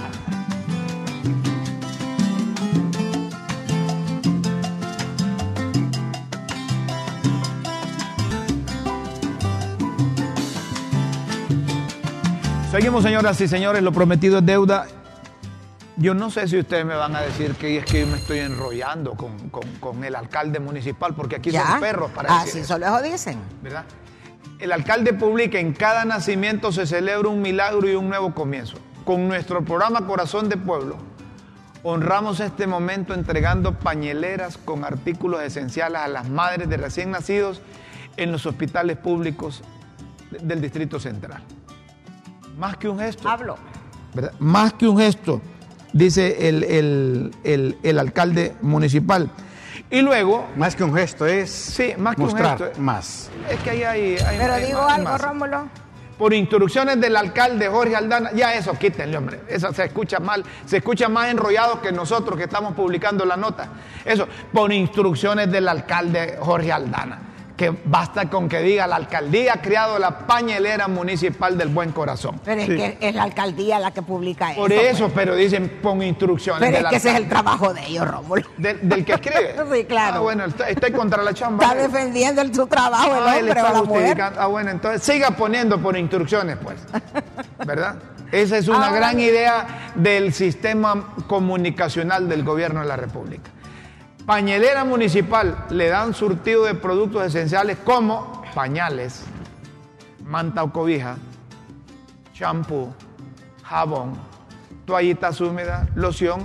S1: Seguimos, señoras y señores, lo prometido es deuda. Yo no sé si ustedes me van a decir que es que yo me estoy enrollando con, con- con el alcalde municipal, porque aquí son perros para
S3: ah,
S1: decir
S2: Así
S1: eso,
S2: solo Ah, eso dicen.
S1: ¿verdad? El alcalde publica en cada nacimiento se celebra un milagro y un nuevo comienzo. Con nuestro programa Corazón de Pueblo, honramos este momento entregando pañeleras con artículos esenciales a las madres de recién nacidos en los hospitales públicos de- del Distrito Central. Más que un gesto.
S2: Pablo.
S1: ¿verdad? Más que un gesto, dice el, el- el- el alcalde municipal. Y luego,
S5: Más que un gesto es
S1: Sí, más que un
S5: mostrar
S1: gesto es-
S5: más.
S1: es que ahí hay... hay-
S2: Pero
S1: hay
S2: digo
S1: más-
S2: algo,
S1: más.
S2: Rómulo.
S1: Por instrucciones del alcalde Jorge Aldana, ya eso, quítenle, hombre. Eso se escucha mal, se escucha más enrollado que nosotros que estamos publicando la nota. Eso, por instrucciones del alcalde Jorge Aldana. Que basta con que diga, la alcaldía ha creado la pañelera municipal del buen corazón.
S2: Pero es que es la alcaldía la que publica
S1: Por
S2: eso. pues.
S1: eso, pero dicen, pon instrucciones
S2: Pero
S1: del
S2: es que ese es
S1: alcalde.
S2: el trabajo de ellos, Rómulo.
S1: Del, del que escribe.
S2: [laughs] Sí, claro.
S1: Ah, bueno, está- estoy contra la chamba.
S2: Está defendiendo el- su trabajo el
S1: Ah, él
S2: hombre o
S1: está
S2: la mujer.
S1: justificando. Ah, bueno, entonces siga poniendo por instrucciones, pues. ¿Verdad? Esa es una
S2: Ahora-
S1: gran idea del sistema comunicacional del gobierno de la República. Pañelera municipal le dan surtido de productos esenciales como pañales, manta o cobija, champú, jabón, toallitas húmedas, loción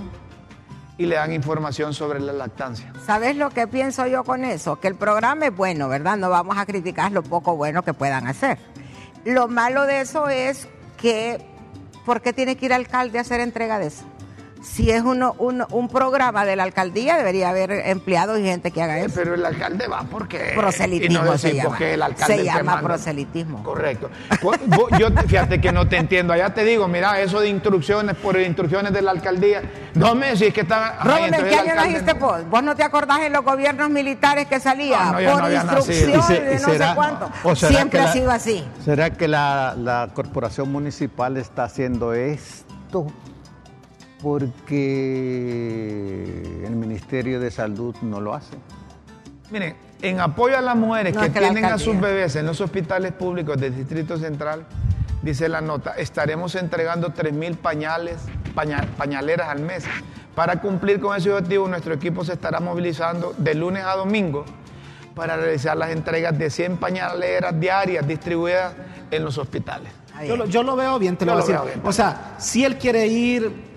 S1: y le dan información sobre la lactancia.
S2: ¿Sabes lo que pienso yo con eso? Que el programa es bueno, ¿verdad? No vamos a criticar lo poco bueno que puedan hacer. Lo malo de eso es que, ¿por qué tiene que ir alcalde a hacer entrega de eso? Si es uno, uno- un programa de la alcaldía, debería haber empleados y gente que haga
S1: Eh,
S2: eso.
S1: Pero el alcalde va porque.
S2: Proselitismo
S1: y no
S2: se
S1: decir
S2: llama.
S1: porque el alcalde
S2: Se
S1: te
S2: llama
S1: manda.
S2: proselitismo.
S1: Correcto. Co- vo- Yo, te- fíjate que no te entiendo. Allá te digo, mira, eso de instrucciones por instrucciones de la alcaldía. No me decís que están. Ay,
S2: Rómulo, ¿en
S1: entonces
S2: qué
S1: el
S2: año
S1: alcalde
S2: naciste
S1: no-
S2: vos? ¿Vos no te acordás en los gobiernos militares que salía?
S1: Ah, no, yo
S2: por
S1: no había nacido.
S2: instrucciones
S5: Y se- y
S2: de no
S5: será-
S2: sé cuánto.
S5: o será
S2: Siempre
S5: que
S2: ha
S5: la-
S2: sido así.
S5: ¿Será que la, la corporación municipal está haciendo esto porque el Ministerio de Salud no lo hace?
S1: Miren, en apoyo a las mujeres
S2: No,
S1: que,
S2: es que la
S1: tienen a
S2: alcaldía.
S1: sus bebés en los hospitales públicos del Distrito Central, dice la nota, estaremos entregando 3.000 pañales, paña- pañaleras al mes. Para cumplir con ese objetivo, nuestro equipo se estará movilizando de lunes a domingo para realizar las entregas de 100 pañaleras diarias distribuidas en los hospitales.
S2: Ahí.
S3: Yo lo, yo lo veo bien, te lo
S1: Yo
S3: voy a
S1: lo
S3: decir.
S1: veo bien.
S3: O sea, si él quiere ir,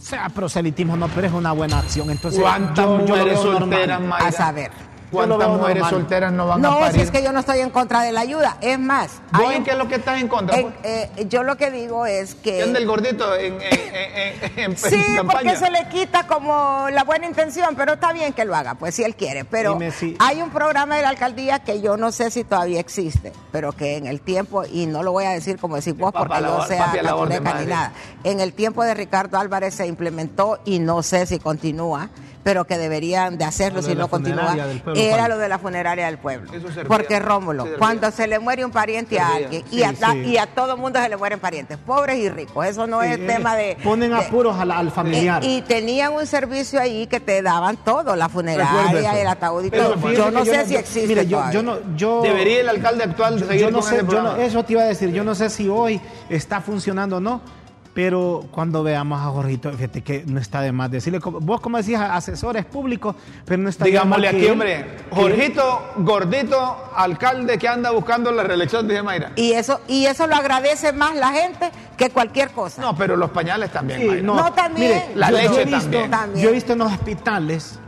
S3: sea proselitismo no, pero es una buena acción. Entonces,
S1: ¿Cuántas
S3: yo- yo lo
S1: mujeres
S3: veo normal.
S1: solteras, Mayra?
S2: A saber.
S3: Yo lo
S1: ¿Cuántas
S3: veo
S1: mujeres
S3: normal.
S1: solteras no van a
S2: No,
S1: parir?
S2: si es que yo no estoy en contra de la ayuda. Es más,
S1: ¿Vos
S2: hay
S1: en
S2: un-
S1: qué es lo que estás en contra? pues?
S2: en- eh, yo lo que digo es
S1: ¿Qué anda el
S2: que...
S1: gordito en, en- en- en- en
S2: Eh, Sí,
S1: campaña?
S2: porque se le quita como la buena intención, pero está bien que lo haga, pues si él quiere. Pero
S3: Dime si-
S2: hay un programa de la alcaldía que yo no sé si todavía existe, pero que en el tiempo, y no lo voy a decir como decís vos,
S1: Papá
S2: porque
S1: a la
S2: yo
S1: hora-
S2: sea
S1: papi a la hora de
S2: catuleca ni
S1: madre.
S2: nada. En el tiempo de Ricardo Álvarez se implementó y no sé si continúa, pero que deberían de hacerlo
S3: Lo de
S2: si
S3: la
S2: no continúa.
S3: funeraria del pueblo,
S2: Era
S3: Juan.
S2: lo de la funeraria del pueblo.
S1: Eso servía,
S2: Porque Rómulo,
S1: servía.
S2: cuando se le muere un pariente a
S1: Servía,
S2: alguien, y,
S3: sí,
S2: a, ta-
S3: sí.
S2: y a todo mundo se le mueren parientes, pobres y ricos, eso no es
S3: Sí,
S2: tema
S3: eh,
S2: de...
S3: Ponen
S2: de-
S3: apuros a la- al familiar.
S2: Eh, y, y tenían un servicio ahí que te daban todo, la
S5: Recuerdo
S2: funeraria,
S5: eso.
S2: el ataúd y
S3: Pero
S2: todo.
S3: fíjate
S2: Yo
S3: que
S2: no sé si
S3: yo-
S2: existe.
S3: Mira, yo,
S2: todavía.
S3: yo no. Yo,
S1: Debería el alcalde actual seguir
S3: yo no
S1: con ese
S3: sé, yo no-
S1: programa.
S3: eso te iba a decir, yo no sé si hoy está funcionando o no, pero cuando veamos a Jorgito, fíjate que no está de más decirle, como- vos como decías, asesores públicos, pero no está de más
S1: Digámosle
S3: que
S1: aquí,
S3: él-
S1: hombre,
S3: que
S1: Jorgito Gordito, alcalde que anda buscando la reelección, dice Mayra.
S2: Y eso, y eso lo agradece más la gente que cualquier cosa.
S1: No, pero los pañales también,
S3: Sí,
S1: Mayra.
S3: no,
S2: No, también.
S3: mire,
S1: La
S3: yo,
S1: leche
S3: yo he visto,
S1: también.
S2: También.
S3: Yo he visto en los hospitales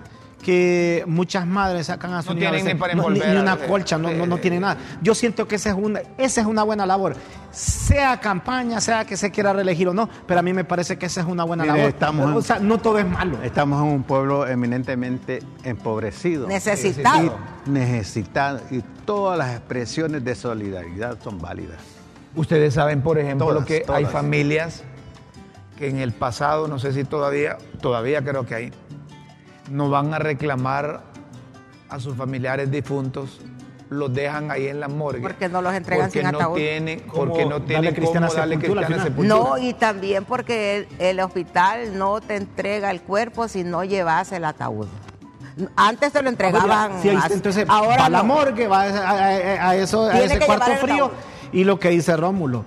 S3: que muchas madres sacan a su
S1: No
S3: niño a
S1: tienen
S3: veces,
S1: ni para
S3: no,
S1: envolver, a
S3: una
S1: veces.
S3: colcha, no, no, no
S1: Sí.
S3: tienen nada. Yo siento que esa es una, esa es una buena labor. Sea campaña, sea que se quiera reelegir o no, pero a mí me parece que esa es una buena
S5: Mire,
S3: labor.
S5: estamos-
S3: o sea, no todo es malo.
S5: Estamos en un pueblo eminentemente empobrecido.
S2: Necesitado.
S5: Y necesitado. Y todas las expresiones de solidaridad son válidas.
S1: Ustedes saben, por ejemplo,
S5: Todas,
S1: que hay
S5: todas.
S1: familias que en el pasado, no sé si todavía, todavía creo que hay, no van a reclamar a sus familiares difuntos, los dejan ahí en la morgue.
S2: Porque no los entregan
S1: porque
S2: sin
S1: no
S2: ataúd.
S1: Tienen,
S3: ¿Cómo
S1: porque no
S3: darle
S1: tienen
S3: cristiana
S1: cómo darle
S3: sepultura al
S1: cristiana
S3: final?
S1: sepultura.
S2: No, y también porque el, el hospital no te entrega el cuerpo si no llevas el ataúd. Antes te lo entregaban.
S3: Ah, Sí, ahí está.
S2: así.
S3: entonces,
S2: ahora
S3: va a la
S2: no.
S3: morgue, va a, a- a- a eso, a
S2: Tiene
S3: ese
S2: que
S3: cuarto
S2: llevar el
S3: frío.
S2: ataúd.
S3: Y lo que dice Rómulo,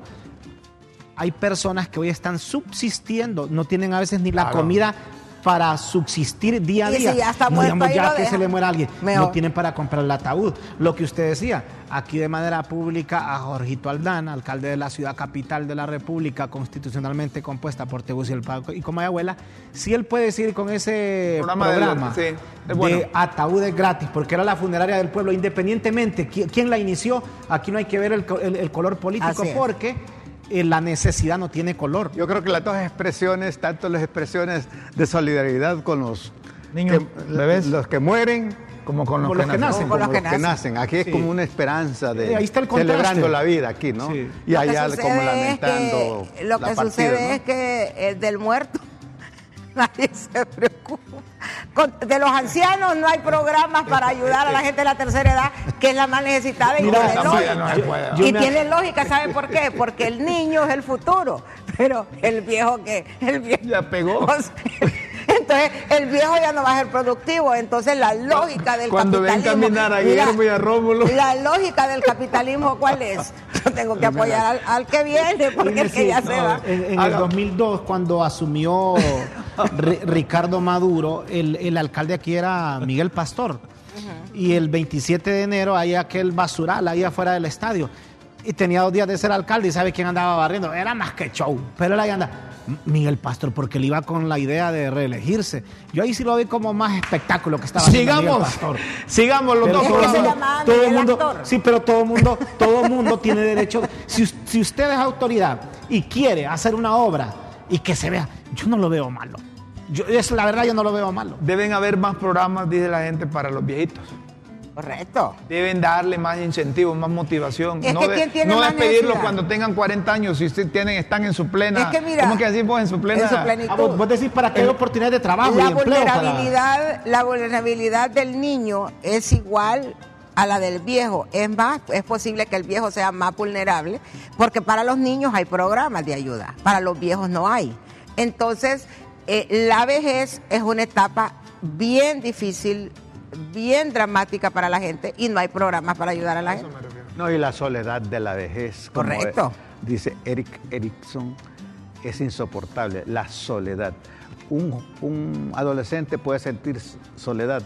S3: hay personas que hoy están subsistiendo, no tienen a veces ni la
S5: Claro.
S3: comida para subsistir día a
S2: Y si
S3: día.
S2: ya está
S3: No,
S2: muerto,
S3: digamos,
S2: ahí
S3: ya
S2: lo
S3: que se
S2: dejan.
S3: le muera alguien.
S2: Mejor.
S3: No tienen para comprar el ataúd. Lo que usted decía, aquí de manera pública a Jorgito Aldana, alcalde de la ciudad capital de la República, constitucionalmente compuesta por Tegucigalpa y Comayagüela, si él puede decir con ese
S1: Programa
S3: programa,
S1: de- sí, es bueno.
S3: de ataúdes gratis, porque era la funeraria del pueblo, independientemente qui- quién la inició, aquí no hay que ver el, co- el- el color político
S2: Así es.
S3: porque eh, la necesidad no tiene color.
S5: Yo creo que las dos expresiones, tanto las expresiones de solidaridad con los
S1: Niños,
S5: que-
S1: bebés.
S5: los que mueren
S1: Como con los,
S3: Como los
S1: que
S3: que
S1: nacen.
S3: nacen.
S5: como
S2: los que nacen.
S5: Aquí es
S3: Sí.
S5: como una esperanza de
S3: Eh, ahí está el contraste.
S5: celebrando la vida aquí, ¿no?
S3: Sí.
S5: Y
S2: Lo que
S5: allá
S2: sucede
S5: como
S2: es
S5: lamentando
S2: que- lo
S5: la
S2: que
S5: partida,
S2: sucede
S5: ¿no?
S2: es que el del muerto [laughs] nadie se preocupa. Con- de los ancianos no hay programas para ayudar a la gente de la tercera edad, que es la más necesitada y
S3: Mira,
S2: tiene
S1: Tampoco ya no
S2: lógica.
S1: se puede.
S3: yo-
S2: y
S3: me-
S2: tiene lógica, ¿saben por qué? Porque el niño es el futuro, pero el viejo que el viejo
S1: Ya pegó.
S2: [laughs] O sea, entonces el viejo ya no va a ser productivo, entonces la lógica del
S1: Cuando ven
S2: capitalismo
S1: caminar a Guillermo y a Rómulo.
S2: La lógica del capitalismo ¿cuál es? Yo tengo que apoyar al, al que viene [laughs] porque el que ya se va.
S3: En, en el
S1: Haga-
S3: 2002, cuando
S2: [laughs]
S3: asumió Ri- Ricardo Maduro, el, el alcalde aquí era Miguel Pastor. Y el 27 de enero hay aquel basural ahí afuera del estadio. Y tenía dos días de ser alcalde y sabe quién andaba barriendo. Era más que show, pero él ahí anda. M- Miguel Pastor, porque él iba con la idea de reelegirse. Yo ahí sí lo vi como más espectáculo que estaba haciendo Miguel
S1: Sigamos,
S3: Pastor.
S1: sigamos los
S3: Pero
S1: dos.
S2: Es que
S1: por
S2: se
S1: favor.
S2: llama- llamaba
S3: todo
S2: Miguel
S3: el mundo,
S2: Actor.
S3: sí, pero todo el mundo, todo el mundo tiene derecho. Si, us- si usted es autoridad y quiere hacer una obra y que se vea, yo no lo veo malo. Yo, es la verdad, yo no lo veo malo.
S1: Deben haber más programas, dice la gente, para los viejitos.
S2: Correcto.
S1: Deben darle más incentivos, más motivación.
S2: Es
S1: no
S2: que ¿quién tiene
S1: no
S2: más
S1: despedirlos
S2: necesidad?
S1: cuando tengan 40 años, si usted tienen, están en su plena.
S2: Es que mira,
S1: ¿Cómo que decimos en su plena?
S2: en su plenitud.
S3: Ah, vos, vos decís para qué hay oportunidades de trabajo
S2: la
S3: y empleo. para-
S2: vulnerabilidad, la vulnerabilidad del niño es igual a la del viejo. Es más, es posible que el viejo sea más vulnerable, porque para los niños hay programas de ayuda, para los viejos no hay. Entonces, eh, la vejez es una etapa bien difícil, bien dramática para la gente y no hay programas para ayudar a la gente.
S5: No, y la soledad de la vejez. como
S2: Correcto.
S5: e- dice Eric Erickson, es insoportable, la soledad. Un, un adolescente puede sentir s- soledad,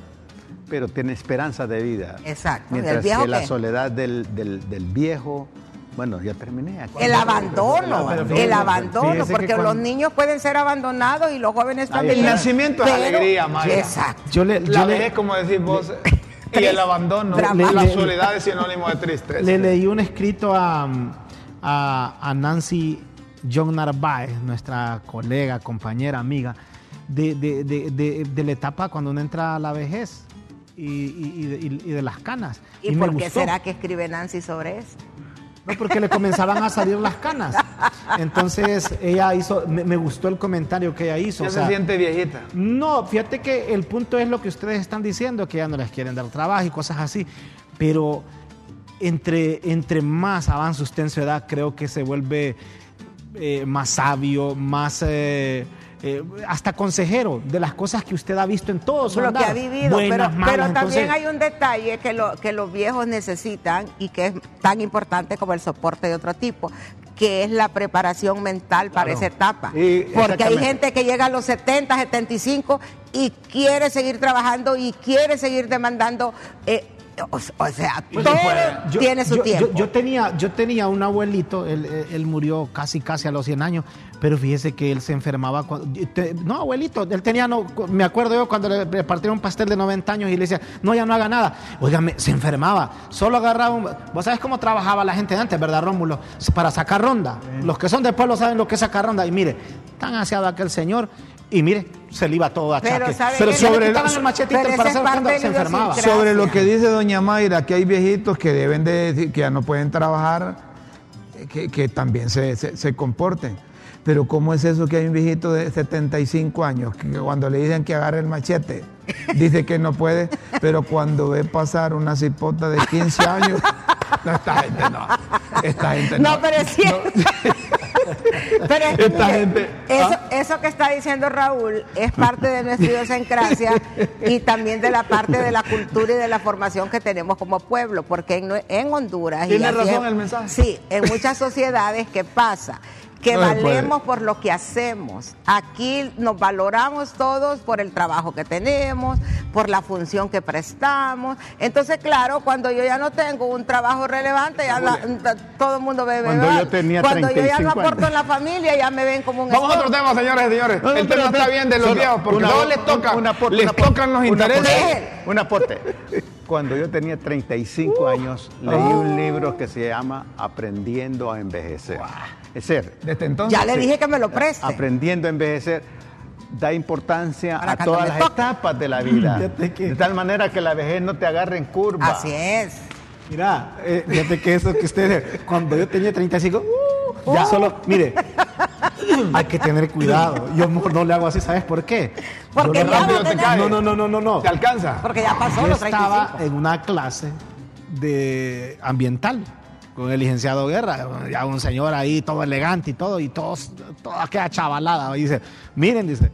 S5: pero tiene esperanza de vida.
S2: Exacto. ¿Y el
S5: Mientras
S2: viejo
S5: que la
S2: qué?
S5: soledad del, del- del viejo, bueno, ya terminé. aquí.
S2: El abandono,
S5: abandono.
S2: el abandono,
S5: Fíjese que
S2: porque los
S5: cuando-
S2: niños pueden ser abandonados y los jóvenes
S5: Ahí
S2: también.
S5: está. El
S1: nacimiento es alegría, Mayra.
S2: Exacto.
S3: Yo le, yo
S1: La
S3: le-
S1: vejez, como decís vos, y el
S2: Triste.
S1: abandono,
S2: Drama.
S1: la
S3: Le- le-
S1: soledad es sinónimo de tristeza.
S3: le leí un escrito a, a- a Nancy John Narváez, nuestra colega, compañera, amiga, de, de- de- de- de la etapa cuando uno entra a la vejez y, y- y de- y- y de las canas.
S2: ¿Y,
S3: me
S2: por qué
S3: gustó.
S2: será que escribe Nancy sobre eso?
S3: No, porque le comenzaban a salir las canas. Entonces ella hizo, me, me gustó el comentario que ella hizo.
S1: Ya
S3: o sea,
S1: se siente viejita.
S3: no, fíjate que el punto es lo que ustedes están diciendo, que ya no les quieren dar trabajo y cosas así. Pero entre, entre más avanza usted en su edad, creo que se vuelve eh, más sabio, más... eh, eh, hasta consejero de las cosas que usted ha visto en todo su
S2: Lo que
S3: andar,
S2: ha vivido,
S3: buenas,
S2: pero,
S3: malas,
S2: pero también
S3: entonces-
S2: hay un detalle que, lo- que los viejos necesitan y que es tan importante como el soporte de otro tipo, que es la preparación mental para esa etapa.
S5: Y-
S2: Porque hay
S5: exactamente.
S2: gente que llega a los 70, 75 y quiere seguir trabajando y quiere seguir demandando. eh, o, o sea, todo
S3: Pues Yo-
S2: tiene su
S3: yo- yo-
S2: tiempo.
S3: Yo, tenía, yo tenía un abuelito, él, él- él murió casi casi a los 100 años, pero fíjese que él se enfermaba. cuando- te- no, abuelito, él tenía, no, cu- me acuerdo yo cuando le partieron un pastel de 90 años y le decía, no, ya no haga nada. Óigame, se enfermaba, solo agarraba un... Vos sabés cómo trabajaba la gente de antes, ¿verdad, Rómulo? Para sacar ronda. Los que son de pueblo saben lo que es sacar ronda. Y mire, tan aseado aquel señor... Y mire, se le iba todo a
S2: Pero
S3: chaque.
S2: ¿sabe
S3: Pero
S2: qué?
S3: sobre
S2: Le
S3: el,
S2: quitaban el machetito
S3: machetito
S2: pero
S3: para
S2: esa
S3: hacer
S2: es parte
S3: ronda,
S2: de
S3: se
S2: la
S3: enfermaba.
S2: idiosincrasia.
S1: Sobre lo que dice doña Mayra, que hay viejitos que deben de decir que ya no pueden trabajar, que, que también se, se- se comporten. Pero ¿cómo es eso que hay un viejito de 75 años que cuando le dicen que agarre el machete, dice que no puede, pero cuando ve pasar una cipota de 15 años, [laughs] no, esta gente no, esta gente no.
S2: No, pero es cierto.
S3: [laughs]
S2: Pero es que,
S1: Esta
S2: mire,
S1: gente,
S2: eso,
S1: ¿ah?
S2: eso que está diciendo Raúl es parte de nuestra idiosincrasia y también de la parte de la cultura y de la formación que tenemos como pueblo, porque en, nue- en Honduras...
S1: Tiene
S2: y así
S1: razón
S2: es-
S1: el mensaje.
S2: Sí, en muchas sociedades, ¿qué pasa? Que
S1: No se puede.
S2: valemos por lo que hacemos. Aquí nos valoramos todos por el trabajo que tenemos, por la función que prestamos. Entonces, claro, cuando yo ya no tengo un trabajo relevante, ya la- todo el mundo bebe
S5: Cuando
S2: ¿verdad?
S5: yo tenía
S2: Cuando yo ya no
S5: 35
S2: aporto
S5: años.
S2: en la familia, ya me ven como un
S1: Vamos a otro
S2: estorbo.
S1: tema, señores y señores.
S5: No, no,
S1: el
S5: pero
S1: tema está
S5: espera,
S1: bien de los
S5: solo
S1: viejos, porque
S5: una-
S1: todos les tocan,
S5: un aporte,
S1: les
S5: un aporte,
S1: tocan los
S5: un
S1: intereses.
S5: aporte, Un aporte. Cuando yo tenía 35 años, leí un libro que se llama Aprendiendo a envejecer. Es decir,
S1: Desde entonces.
S2: Ya le
S5: Sí.
S2: dije que me lo preste.
S5: aprendiendo a envejecer da importancia
S2: Para
S5: a
S2: que
S5: todas
S2: me
S5: las
S2: toque.
S5: etapas de la vida.
S3: Fíjate que-
S5: De tal manera que la vejez no te agarre en curva.
S2: Así es.
S3: Mira, eh, fíjate que eso que usted, cuando yo tenía 35, uh, ya solo, mire, hay que tener cuidado. Yo mejor no le hago así, ¿sabes por qué?
S2: Porque
S3: Yo
S2: ya
S3: le-
S2: va a tener-
S3: no, no, no, no, no, no.
S1: ¿Te alcanza?
S2: Porque ya pasó
S3: Yo
S2: los
S3: estaba
S2: 35.
S3: en una clase de ambiental con el licenciado Guerra, ya un señor ahí todo elegante y todo, y todos, toda aquella chavalada. Y dice, miren, dice,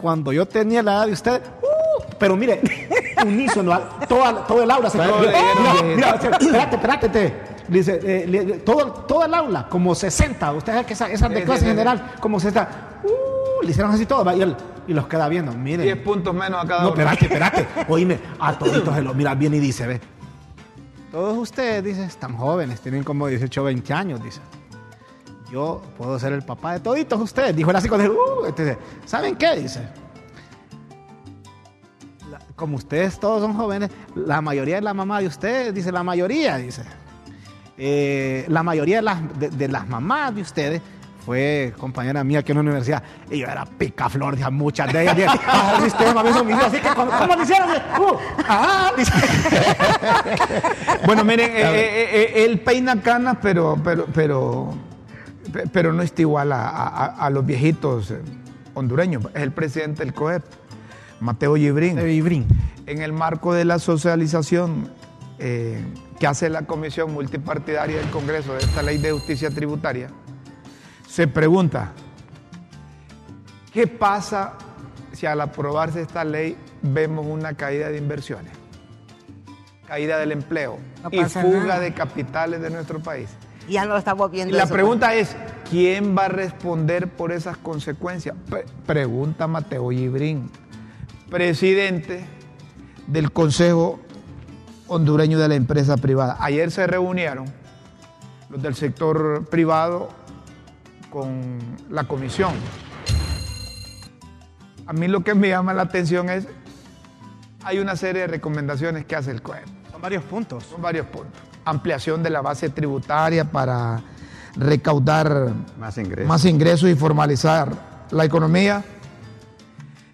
S3: cuando yo tenía la edad de ustedes, ¡uh! pero mire, [laughs] unísono, a- toda- todo el aula se
S1: Todo
S3: mira,
S1: le dieron-
S3: mira, mira, espérate, espérate, te. Dice, eh, le- le- todo, todo el aula, como 60, usted sabe que esa- esas
S1: Sí,
S3: de
S1: sí,
S3: clase
S1: sí, sí.
S3: general, como 60, ¡uh! le hicieron así todo, va, y, él- y los queda viendo, miren.
S1: 10 puntos menos a cada
S3: No,
S1: uno.
S3: espérate, espérate. Oíme, a toditos se los mira bien y dice, ve. Todos ustedes, dice, están jóvenes, tienen como 18 o 20 años, dice. Yo puedo ser el papá de toditos ustedes, dijo él así con el, "Uh", entonces, ¿saben qué? Dice. "La- como ustedes todos son jóvenes, la mayoría de la mamá de ustedes, dice, la mayoría, dice. Eh, la mayoría de las, de, de las mamás de ustedes fue compañera mía aquí en la universidad. Y yo era picaflor, decía, muchas de ellas. bien, ah, mis temas, mis amigos, así que, ¿cómo, cómo lo hicieron? Uh, ah, dice.
S1: Bueno, [laughs] miren, eh, eh, eh, él peina canas, pero, pero, pero, pe- pero no está igual a, a- a los viejitos eh, hondureños. Es el presidente del COEP, Mateo Gibrín.
S3: Eh, y brin.
S1: en el marco de la socialización eh, que hace la Comisión Multipartidaria del Congreso de esta ley de justicia tributaria, se pregunta, ¿qué pasa si al aprobarse esta ley vemos una caída de inversiones, caída del empleo
S2: No
S1: y
S2: pasa
S1: fuga
S2: nada.
S1: de capitales de nuestro país?
S2: Ya no lo estamos viendo.
S1: La
S2: eso. pues.
S1: pregunta es, ¿quién va a responder por esas consecuencias? Pre- pregunta Mateo Gibrín, presidente del Consejo Hondureño de la Empresa Privada. Ayer se reunieron los del sector privado con la comisión. A mí lo que me llama la atención es, hay una serie de recomendaciones que hace el COEP.
S3: Son varios puntos.
S1: Son varios puntos. Ampliación de la base tributaria para recaudar
S5: Más ingresos.
S1: más ingresos y formalizar la economía.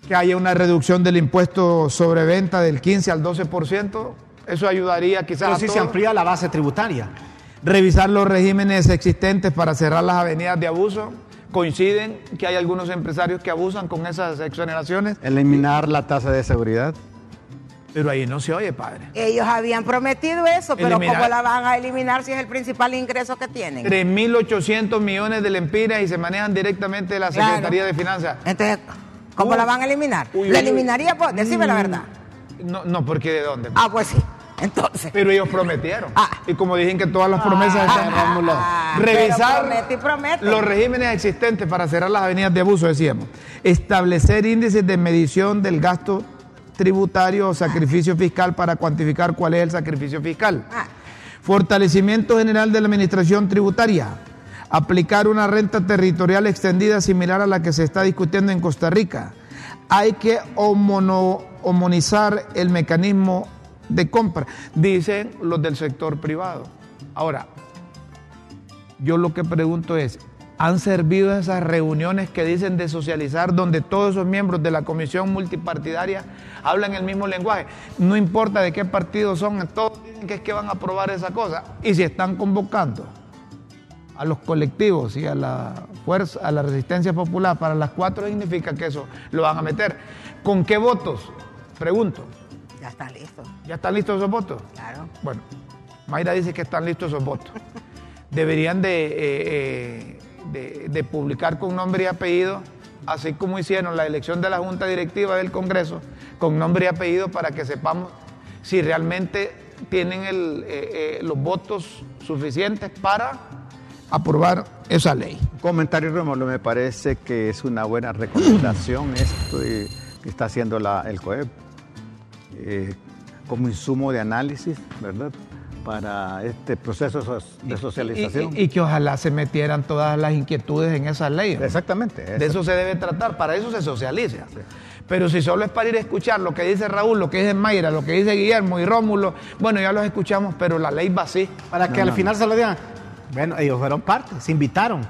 S1: Que haya una reducción del impuesto sobre venta del 15 al 12%. Eso ayudaría quizás
S3: Pero
S1: a
S3: sí se
S1: todos.
S3: amplía la base tributaria.
S1: Revisar los regímenes existentes para cerrar las avenidas de abuso. Coinciden que hay algunos empresarios que abusan con esas exoneraciones,
S5: Eliminar la tasa de seguridad.
S1: pero ahí no se oye, padre.
S2: Ellos habían prometido eso, pero
S1: Eliminar.
S2: ¿cómo la van a eliminar si es el principal ingreso que tienen?
S1: 3.800 millones de lempiras y se manejan directamente de la
S2: Claro.
S1: Secretaría de Finanzas.
S2: Entonces, ¿cómo
S1: Uy.
S2: la van a eliminar?
S1: Uy, uy,
S2: ¿La
S1: Mm. uy.
S2: eliminaría? Pues, decime la verdad.
S1: No, no, porque de dónde.
S2: Ah, pues sí. Entonces.
S1: Pero ellos prometieron.
S2: Ah.
S1: Y como dije que todas las promesas están
S2: ah,
S1: Rómulo.
S2: ah,
S1: Revisar
S2: [laughs] pero promete y promete.
S1: los regímenes existentes para cerrar las avenidas de abuso, decíamos. Establecer índices de medición del gasto tributario o sacrificio fiscal para cuantificar cuál es el sacrificio fiscal.
S2: Ah.
S1: Fortalecimiento general de la administración tributaria. Aplicar una renta territorial extendida similar a la que se está discutiendo en Costa Rica. Hay que homono- homonizar el mecanismo de compra, dicen los del sector privado. Ahora, yo lo que pregunto es, ¿han servido esas reuniones que dicen de socializar donde todos esos miembros de la comisión multipartidaria hablan el mismo lenguaje? No importa de qué partido son, todos dicen que es que van a aprobar esa cosa. Y si están convocando a a los colectivos y a la fuerza, a la resistencia popular para las cuatro significa que eso lo van a meter. ¿Con qué votos? Pregunto.
S2: Ya está listo,
S1: ¿Ya están listos esos votos?
S2: claro.
S1: Bueno, Mayra dice que están listos esos votos. Deberían de, eh, eh, de- de publicar con nombre y apellido, así como hicieron la elección de la Junta Directiva del Congreso, con nombre y apellido para que sepamos si realmente tienen el, eh, eh, los votos suficientes para aprobar esa ley.
S5: Comentario Rómulo, me parece que es una buena recomendación esto de- que está haciendo la, el COEP eh, como insumo de análisis, ¿verdad? Para este proceso so- de socialización.
S1: Y, y- y que ojalá se metieran todas las inquietudes en esa ley. ¿no?
S5: Exactamente.
S1: De eso se debe tratar, para eso se socializa. Pero si solo es para ir a escuchar lo que dice Raúl, lo que dice Mayra, lo que dice Guillermo y Rómulo, bueno, ya los escuchamos, pero la ley va así.
S3: Para que
S5: No,
S3: al
S5: no,
S3: final se lo digan. Bueno, ellos fueron parte, se invitaron.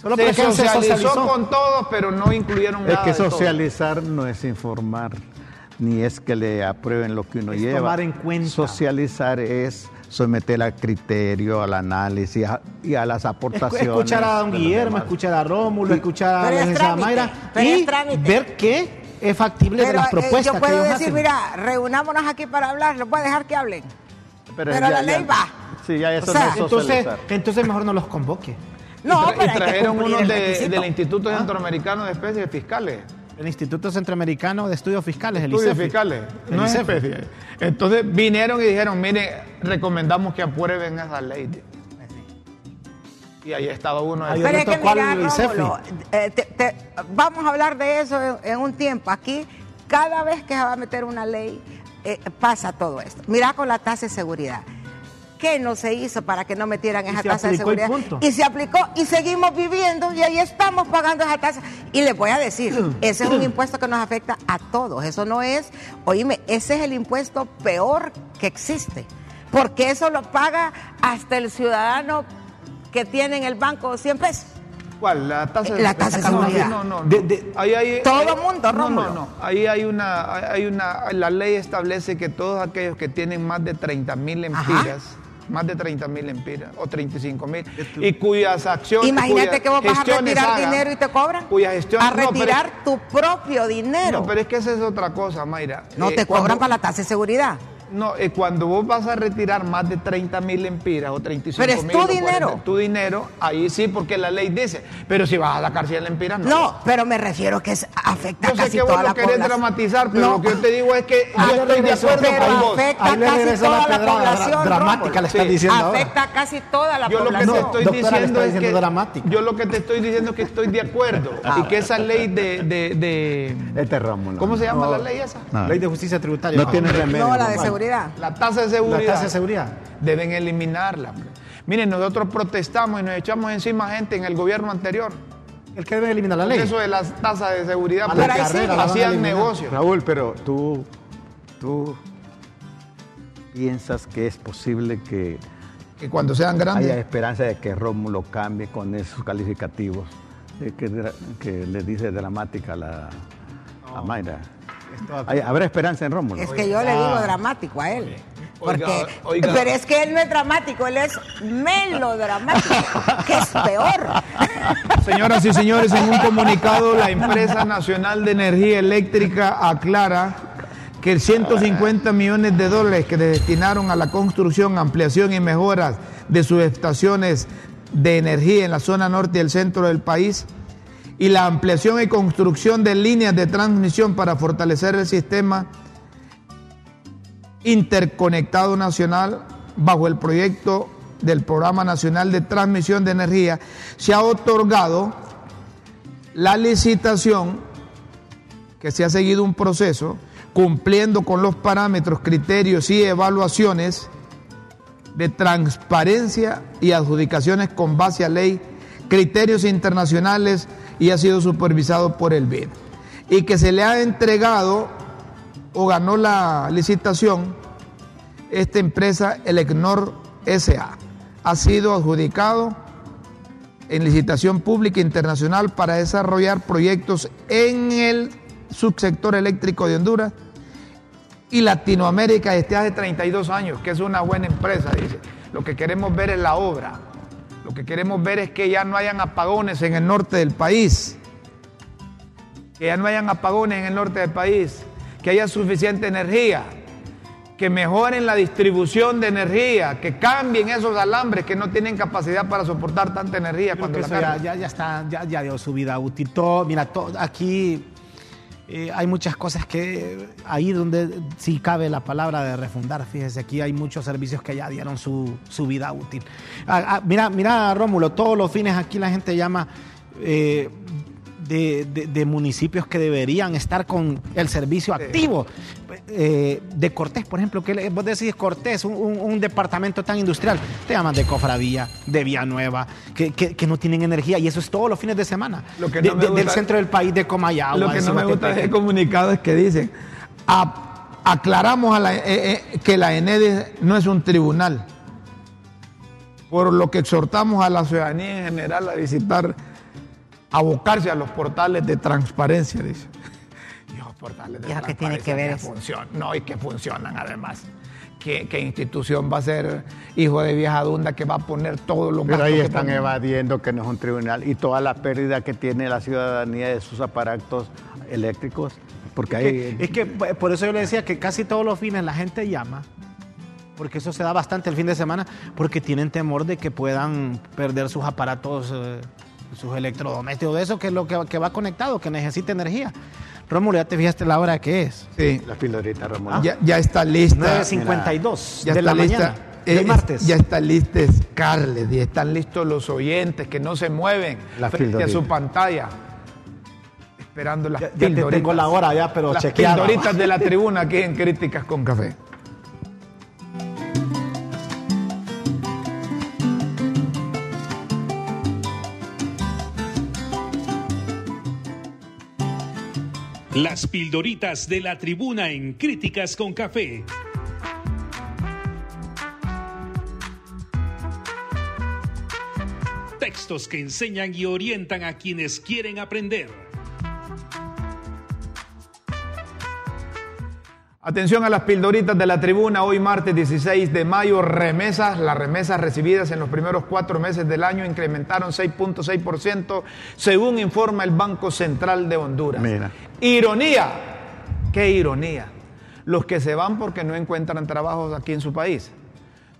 S3: Solo
S1: Se
S3: porque se
S1: socializó
S3: socializó.
S1: con todos, pero no incluyeron
S5: Es
S1: nada.
S5: que
S1: de todo.
S5: socializar no es informar, ni es que le aprueben lo que uno
S3: Es
S5: lleva.
S3: tomar en cuenta.
S5: Socializar es someter al criterio, al análisis a- y a las
S3: Escu- [laughs]
S5: aportaciones.
S3: Escuchar a don
S5: de los
S3: Guillermo,
S5: demás.
S3: escuchar a Rómulo, escuchar a
S2: Pero
S3: la
S2: es
S3: licenciada
S2: trámite,
S3: Mayra
S2: pero
S3: y
S2: es trámite.
S3: ver qué es factible de
S2: Pero
S3: las
S2: eh,
S3: propuestas
S2: yo puedo
S3: que ellos
S2: decir,
S3: hacen.
S2: mira, reunámonos aquí para hablar, no puedo dejar que hablen. Pero la ley va.
S5: Sí, ya eso
S2: O sea,
S5: no es
S3: entonces,
S5: socializar.
S3: entonces mejor no los convoque.
S2: No,
S1: y, tra- y
S2: pero hay que
S1: trajeron
S2: cumplir
S1: unos
S2: el
S1: de,
S2: requisito. Ah.
S1: del Instituto Centroamericano de Especies Fiscales.
S3: El Instituto Centroamericano de Estudios Fiscales, el
S1: Estudios
S3: ICEFI.
S1: fiscales,
S3: El
S1: no es
S3: ICEFI.
S1: especies. Entonces vinieron y dijeron, mire, recomendamos que aprueben esa ley. Y ahí estaba uno de
S3: Ahí
S1: ellos.
S2: Pero es que
S3: tocó al
S2: mira,
S3: ICEFI.
S2: Rómulo, eh, te- te- vamos a hablar de eso en, en un tiempo. Aquí, cada vez que se va a meter una ley, eh, pasa todo esto. Mira con la tasa de seguridad. ¿Qué no se hizo para que no metieran esa
S3: se
S2: tasa de
S3: aplicó y
S2: seguridad?
S3: punto.
S2: Y se aplicó y seguimos viviendo y ahí estamos pagando esa tasa. Y les voy a decir,
S3: [clears throat]
S2: ese es un impuesto que nos afecta a todos. Eso no es, oíme, ese es el impuesto peor que existe. Porque eso lo paga hasta el ciudadano que tiene en el banco 100 pesos.
S1: ¿Cuál? La tasa
S2: La tasa de seguridad.
S1: No, no, no.
S3: De- de-
S1: Ahí hay-
S2: Todo
S1: ahí-
S2: mundo,
S1: no,
S2: Rómulo.
S1: no, no. Ahí hay una, hay una, la ley establece que todos aquellos que tienen más de 30 mil
S2: Ajá.
S1: empiras, más de 30 mil empiras o 35 mil, y cuyas acciones,
S2: Imagínate
S1: cuyas
S2: que vos vas a
S1: gestiones
S2: retirar
S1: hagan-
S2: dinero y te cobran.
S1: Cuyas gestiones
S2: A
S1: no, pero-
S2: retirar tu propio dinero.
S1: No, pero es que esa es otra cosa, Mayra.
S2: No
S1: Eh,
S2: te
S1: cuando-
S2: cobran para la tasa de seguridad.
S1: No, eh, cuando vos vas a retirar más de 30 mil empiras o 35
S2: Pero es
S1: mil.
S2: tu
S1: o 40,
S2: dinero.
S1: Tu dinero, ahí sí, porque la ley dice. Pero si vas a sacar 100 empiras, no.
S2: No, pero me refiero que es- afecta
S1: Yo
S2: casi
S1: sé que vos
S2: toda
S1: lo
S2: la
S1: querés
S2: población.
S1: dramatizar, pero
S2: No.
S1: lo que yo te digo es que
S2: Ah,
S1: yo estoy de
S2: pero
S1: acuerdo con vos.
S2: afecta
S3: Ahí le
S2: casi
S3: regresó la
S2: toda la,
S3: pedrada dra-
S2: población.
S3: dramática, le
S2: Rómulo.
S3: está
S1: Sí.
S3: diciendo ahora.
S2: Afecta casi toda la
S1: Yo lo que
S2: población.
S1: te estoy
S3: doctora, le está
S1: diciendo es que
S3: diciendo Ah, dramático.
S1: yo lo que te estoy diciendo es que estoy de acuerdo y que esa ley de, de, de-
S5: Este Rómulo.
S1: ¿cómo se llama
S3: No.
S1: la ley esa?
S5: No,
S3: Ley de Justicia Tributaria.
S5: no tiene remedio.
S2: no, la de
S5: Rómulo.
S2: seguridad.
S1: La tasa de
S3: la
S1: seguridad.
S3: tasa de seguridad.
S1: Deben eliminarla. hombre. Miren, nosotros protestamos y nos echamos encima gente en el gobierno anterior.
S3: El que debe eliminar la
S1: Por
S3: ley.
S1: eso de las tasas de seguridad,
S3: A la
S1: porque
S3: carrera la van a
S1: hacían
S3: eliminar.
S1: negocios.
S5: Raúl, pero tú, tú piensas que es posible que
S1: Que cuando sean grandes.
S5: haya esperanza de que Rómulo cambie con esos calificativos de que, dra- que le dice dramática a la, a Mayra. Hay- ¿Habrá esperanza en Rómulo?
S2: Es que yo le digo dramático a él. Porque,
S1: Oiga, oiga.
S2: Pero es que él no es dramático, él es melodramático, que es peor.
S1: [laughs] Señoras y señores, en un comunicado, la empresa nacional de energía eléctrica aclara que 150 millones de dólares que le destinaron a la construcción, ampliación y mejoras de sus estaciones de energía en la zona norte y el centro del país y la ampliación y construcción de líneas de transmisión para fortalecer el sistema interconectado nacional bajo el proyecto del Programa Nacional de Transmisión de Energía, se ha otorgado la licitación que se ha seguido un proceso cumpliendo con los parámetros, criterios y evaluaciones de transparencia y adjudicaciones con base a ley, criterios internacionales y ha sido supervisado por el BID. Y que se le ha entregado o ganó la licitación esta empresa Elecnor SA. Ha sido adjudicado en licitación pública internacional para desarrollar proyectos en el subsector eléctrico de Honduras y Latinoamérica este desde hace 32 años, que es una buena empresa, dice. Lo que queremos ver es la obra. Lo que queremos ver es que ya no hayan apagones en el norte del país. Que ya no hayan apagones en el norte del país. Que haya suficiente energía. Que mejoren la distribución de energía. Que cambien esos alambres que no tienen capacidad para soportar tanta energía
S3: Creo
S1: cuando
S3: que
S1: la
S3: eso ya,
S1: cargan.
S3: ya- ya está, ya, ya dio su vida útil. Todo, mira, todo, aquí eh, hay muchas cosas que ahí donde sí cabe la palabra de refundar. Fíjese, aquí hay muchos servicios que ya dieron su, su vida útil. Ah, ah, mira, mira, Rómulo, todos los fines aquí la gente llama. eh, de, de- de municipios que deberían estar con el servicio activo. Eh, de Cortés, por ejemplo, que le- vos decís Cortés, un, un- un departamento tan industrial, te llaman de Cofradía, de Villanueva, que, que, que no tienen energía, y eso es todos los fines de semana.
S1: Lo que
S3: De-
S1: no me
S3: de- del
S1: gusta-
S3: centro del país, de Comayagua.
S1: Lo que
S3: de
S1: no me gusta de
S3: Cimatepeque.
S1: ese comunicado es que dicen, "A- aclaramos a la- eh, eh, que la ENEDE no es un tribunal, por lo que exhortamos a la ciudadanía en general a visitar, a abocarse a los portales de transparencia, dice. [laughs] Y los portales de
S2: ¿Y eso qué tiene
S1: transparencia
S2: que ver eso?
S1: funcionan, no, y que funcionan además. ¿Qué, qué institución va a ser hijo de vieja dunda que va a poner todos los
S5: Pero
S1: gastos
S5: ahí
S1: que
S5: están
S1: pongan?
S5: evadiendo que no es un tribunal y toda la pérdida que tiene la ciudadanía de sus aparatos eléctricos, porque ahí...
S1: Eh.
S3: que- es que p- por eso yo le decía que casi todos los fines la gente llama, porque eso se da bastante el fin de semana, porque tienen temor de que puedan perder sus aparatos, eh, sus electrodomésticos, de eso que es lo que, va- que va conectado, que necesita energía. Rómulo, ya te fijaste la hora que es.
S1: Sí,
S5: La filorita, Ramón.
S1: ya, ya está lista.
S3: 9.52
S1: Ya
S3: de
S1: está
S3: la
S1: lista.
S3: mañana,
S1: eh,
S3: del martes.
S1: Ya está lista Scarlett y están listos los oyentes que no se mueven
S5: Las
S1: frente a
S5: pildoritas.
S1: su pantalla. Esperando las
S3: Ya- ya te
S1: pildoritas.
S3: tengo la hora ya, pero
S1: Las
S3: chequeada.
S1: pildoritas de la tribuna aquí en Críticas con Café.
S4: Las pildoritas de la tribuna en Críticas con Café. Textos que enseñan y orientan a quienes quieren aprender.
S1: Atención a las pildoritas de la tribuna, hoy martes 16 de mayo, remesas, las remesas recibidas en los primeros cuatro meses del año incrementaron 6.6% según informa el Banco Central de Honduras.
S5: Mira.
S1: Ironía, qué ironía, los que se van porque no encuentran trabajos aquí en su país,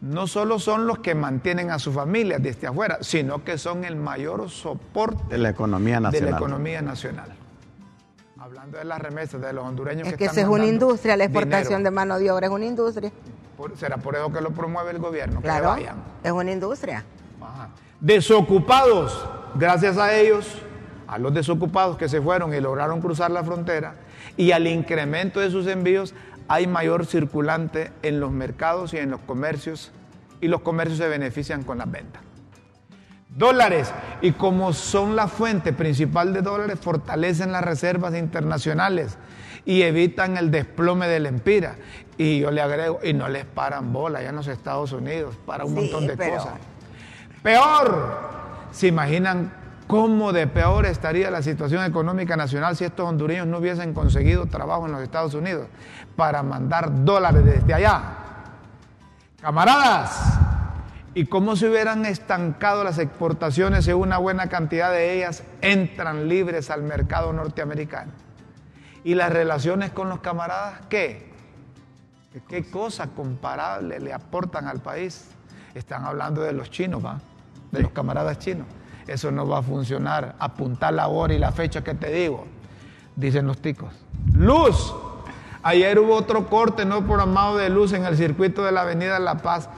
S1: no solo son los que mantienen a sus familias desde este afuera, sino que son el mayor soporte
S5: De la economía
S1: de
S5: nacional.
S1: la economía nacional. Hablando de las remesas de los hondureños
S2: Es
S1: que
S2: que
S1: están
S2: eso es una
S1: mandando
S2: industria, la exportación
S1: dinero.
S2: de mano de obra es una industria.
S1: Por- será por eso que lo promueve el gobierno, que
S2: Claro,
S1: vayan.
S2: es una industria.
S1: Ajá. Desocupados, gracias a ellos, a los desocupados que se fueron y lograron cruzar la frontera, y al incremento de sus envíos, hay mayor circulante en los mercados y en los comercios, y los comercios se benefician con las ventas. Dólares, y como son la fuente principal de dólares, fortalecen las reservas internacionales y evitan el desplome de la empira. Y yo le agrego, y no les paran bola ya en los Estados Unidos, para un
S2: Sí,
S1: montón de
S2: pero-
S1: cosas. Peor. ¿Se imaginan cómo de peor estaría la situación económica nacional si estos hondureños no hubiesen conseguido trabajo en los Estados Unidos para mandar dólares desde allá? Camaradas, ¿y cómo se hubieran estancado las exportaciones si una buena cantidad de ellas entran libres al mercado norteamericano? ¿Y las relaciones con los camaradas qué? ¿Qué cosa comparable le aportan al país? Están hablando de los chinos, ¿va? De los camaradas chinos. Eso no va a funcionar. Apuntar la hora y la fecha que te digo, dicen los ticos. ¡Luz! Ayer hubo otro corte no programado de luz en el circuito de la Avenida La Paz,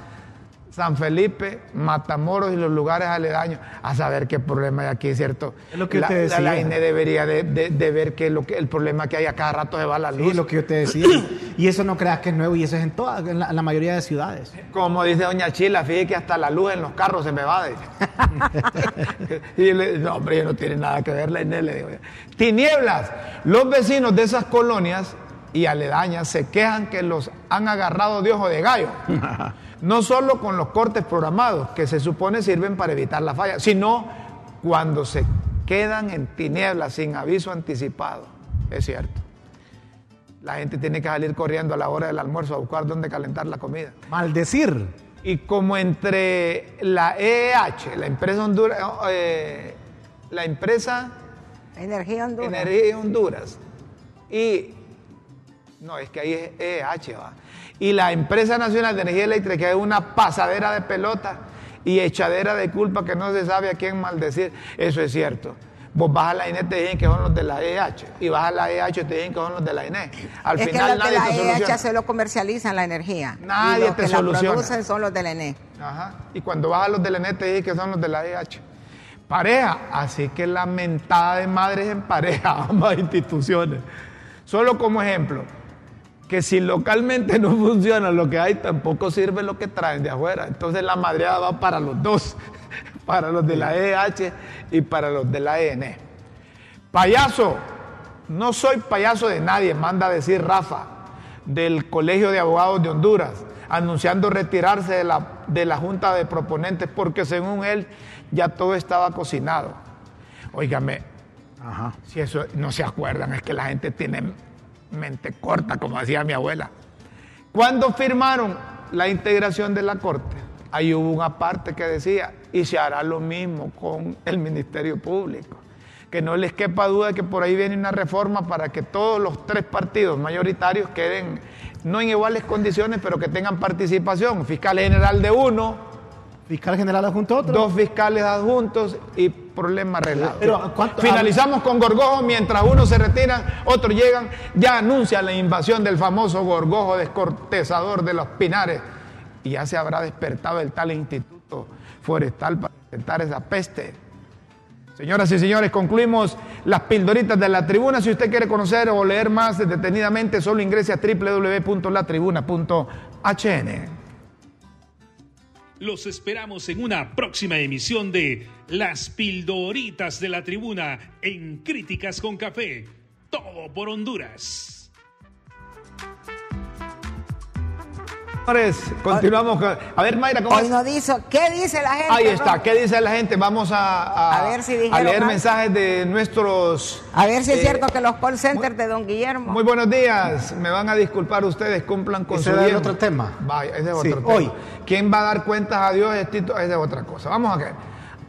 S1: San Felipe, Matamoros y los lugares aledaños. A saber qué problema hay aquí, ¿cierto?
S3: Es lo que
S1: la,
S3: te
S1: la- la
S3: decía.
S1: INE debería de, de- de ver que lo que, el problema que hay a cada rato se va la luz.
S3: Sí, lo que yo te decía. y eso no creas que es nuevo, y eso es en toda, en la, en la mayoría de ciudades.
S1: Como dice Doña Chila, fíjese que hasta la luz en los carros se me va. dice. [laughs] y le, no, hombre, no tiene nada que ver la INE, le digo yo. Tinieblas. Los vecinos de esas colonias y aledañas se quejan que los han agarrado de ojo de gallo. No solo con los cortes programados, que se supone sirven para evitar la falla, sino cuando se quedan en tinieblas sin aviso anticipado. Es cierto. La gente tiene que salir corriendo a la hora del almuerzo a buscar dónde calentar la comida.
S3: Maldecir.
S1: Y como entre la EEH, la empresa Honduras, eh, la empresa
S2: Energía Honduras.
S1: Energía Honduras y no, es que ahí es EEH, va. Y la empresa nacional de energía eléctrica es una pasadera de pelota y echadera de culpa que no se sabe a quién maldecir. Eso es cierto. Vos vas a la INE, te dicen que son los de la EH. Y vas a la EH, te dicen que son los de la INE. Al
S2: es
S1: final
S2: que los
S1: nadie
S2: de la
S1: te
S2: EH
S1: soluciona.
S2: solo comercializan la energía.
S1: Nadie
S2: y los
S1: te
S2: que
S1: soluciona.
S2: la E producen son los del ENE.
S1: Ajá. Y cuando vas a los del ENE te dije que son los de la EH. Pareja, así que la mentada de madres en pareja, [laughs] ambas instituciones. Solo como ejemplo, que si localmente no funciona lo que hay, tampoco sirve lo que traen de afuera. Entonces la madreada va para los dos, [laughs] para los de la EH y para los de la E ENE. Payaso, no soy payaso de nadie, manda a decir Rafa, del Colegio de Abogados de Honduras, anunciando retirarse de la, de la Junta de Proponentes porque según él ya todo estaba cocinado. Óigame,
S5: Ajá.
S1: si eso no se acuerdan, es que la gente tiene mente corta, como decía mi abuela. Cuando firmaron la integración de la Corte, ahí hubo una parte que decía, y se hará lo mismo con el Ministerio Público. Que no les quepa duda que por ahí viene una reforma para que todos los tres partidos mayoritarios queden, no en iguales condiciones, pero que tengan participación. Fiscal general de uno,
S3: Fiscal general adjunto otro.
S1: dos fiscales adjuntos y problema arreglado.
S3: Pero, ¿cuánto-
S1: Finalizamos con Gorgojo, mientras unos se retiran, otros llegan, ya anuncia la invasión del famoso Gorgojo descortezador de los pinares y ya se habrá despertado el tal instituto forestal para enfrentar esa peste. Señoras y señores, concluimos las pildoritas de la tribuna. Si usted quiere conocer o leer más detenidamente, solo ingrese a www.latribuna.hn.
S4: Los esperamos en una próxima emisión de Las Pildoritas de la Tribuna en Críticas con Café. Todo por Honduras.
S1: Señores, continuamos. con- A ver, Mayra, ¿cómo
S2: Hoy
S1: es?
S2: no dice, ¿qué dice la gente?
S1: Ahí está,
S2: Ron?
S1: ¿qué dice la gente? Vamos a, a-
S2: A ver si
S1: a
S2: dijeron
S1: leer
S2: algo.
S1: mensajes de nuestros...
S2: A ver si es
S1: Eh,
S2: cierto que los call centers de don Guillermo.
S1: Muy buenos días, me van a disculpar ustedes, cumplan con
S3: Ese
S1: su
S3: era el
S1: diezmo.
S3: otro tema.
S1: Vaya, ese es
S3: Sí,
S1: otro tema.
S3: hoy.
S1: ¿Quién va a dar cuentas a Dios? Estito? Esa es otra cosa. Vamos a ver.